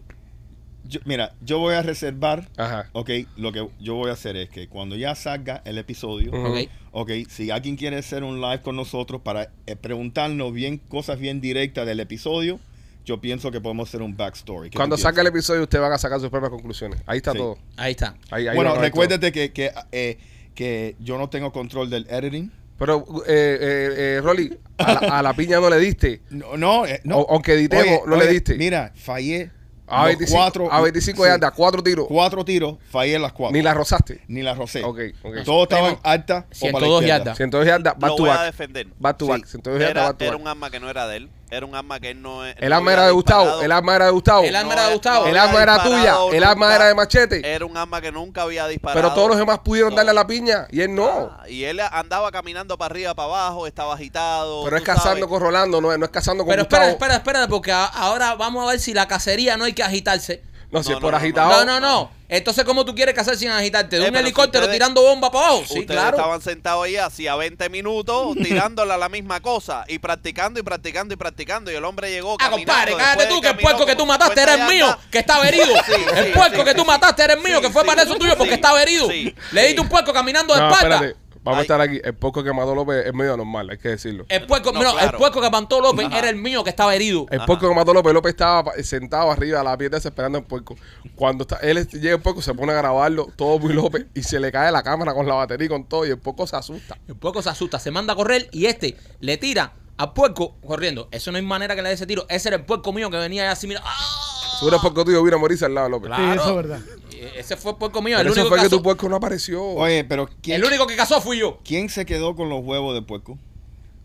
Yo- mira, yo voy a reservar.
Ajá.
Ok, lo que yo voy a hacer es que cuando ya salga el episodio,
Ujú.
Ok.
ok, si alguien quiere hacer un live con nosotros para eh, preguntarnos bien cosas bien directas del episodio, yo pienso que podemos hacer un backstory. ¿Qué
Cuando
tú
saca el
piensas?
episodio, ustedes van a sacar sus propias conclusiones. Ahí está
Sí.
todo.
Ahí está.
Ahí- ahí van
Bueno,
a ver
recuérdate que, que, eh, que yo no tengo control del editing.
todo. Pero, eh, eh, eh, Rolly, a la, a la piña no le diste.
No, no, eh, no.
O- aunque editemos, no le diste.
Mira, fallé
A
los
25, a 25
sí,
yardas, cuatro tiros.
Cuatro tiros, fallé las cuatro.
Ni la rozaste.
ni la rosé.
Ok, ok.
Todos estaban altas. o para la
102
izquierda.
yardas.
102 yardas, back
Lo
to
voy a
back.
defender.
Back to
Sí.
back. 102 yardas,
Era,
back to
era
back.
un arma que no era de él. Era un arma que él no
El arma era de Gustavo. El arma era de Gustavo.
El arma era de Gustavo.
El arma era tuya. El arma era de Machete.
Era un arma que nunca había disparado.
Pero todos los demás pudieron
No.
darle a la piña y él no.
Ah, y él andaba caminando para arriba, para abajo, estaba agitado.
Pero es
tú
cazando
sabes.
con Rolando, no es, no es cazando con
Pero espera,
Gustavo.
espera, espera, porque a- ahora vamos a ver si la cacería no hay que agitarse.
No, si
No,
es por
no, no,
agitado.
No, no, no. Entonces, ¿cómo tú quieres cazar sin agitarte? ¿De
Eh,
un
pero si
helicóptero
ustedes-
tirando bomba para abajo? Sí,
Ustedes
claro.
estaban sentados ahí hacía 20 minutos tirándole a la misma cosa y practicando y practicando y practicando y el hombre llegó
Ah,
caminando,
compadre,
después
cállate tú, que el
caminó
puerco que tú
como
mataste
50
era el mío,
yardas.
que estaba herido.
Sí,
el
sí,
puerco
sí,
que tú
sí.
mataste era el mío,
Sí,
que fue
sí,
para eso tuyo porque
sí,
estaba herido.
sí,
Le diste
sí.
un puerco caminando de
No,
espalda.
espérate. Vamos a
Ay.
estar aquí. El poco que mató López es medio anormal, hay que decirlo.
El puerco,
No,
no, el
claro.
puerco que aguantó López
Ajá.
era el mío que estaba herido.
El puerco que mató López López estaba pa- sentado arriba de la piedra esperando al puerco. Cuando está, él es- llega el puerco, se pone a grabarlo, todo muy López, y se le cae la cámara con la batería y con todo, y el puerco se asusta.
El puerco se asusta, se manda a correr y este le tira al puerco corriendo. Eso no hay manera que le dé ese tiro. Ese era el puerco mío que venía así, mira. ¡ah!
Seguro el puerco tuyo vino a morirse al lado de López.
Claro.
Sí, eso es verdad.
E- Ese fue el puerco mío. El
Pero eso
único,
fue
que
que,
cazó,
tu puerco no apareció.
Oye, pero ¿quién,
el único que cazó fui yo.
¿quién se quedó con los huevos de puerco?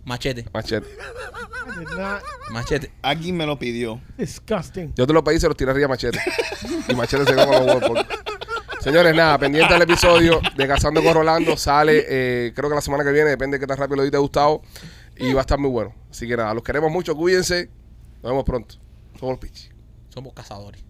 Machete,
Machete.
I did not-
machete.
Alguien me lo pidió.
Disgusting.
Yo te lo pedí, se los tiré arriba a Machete. Y Machete se quedó con los huevos. del puerco. Señores, nada, pendiente al episodio de Cazando con Rolando. Sale, eh, creo que la semana que viene, depende de qué tan rápido lo edite Gustavo. Y va a estar muy bueno. Así que nada, los queremos mucho, cuídense. Nos vemos pronto. Somos los Pichi.
Somos cazadores.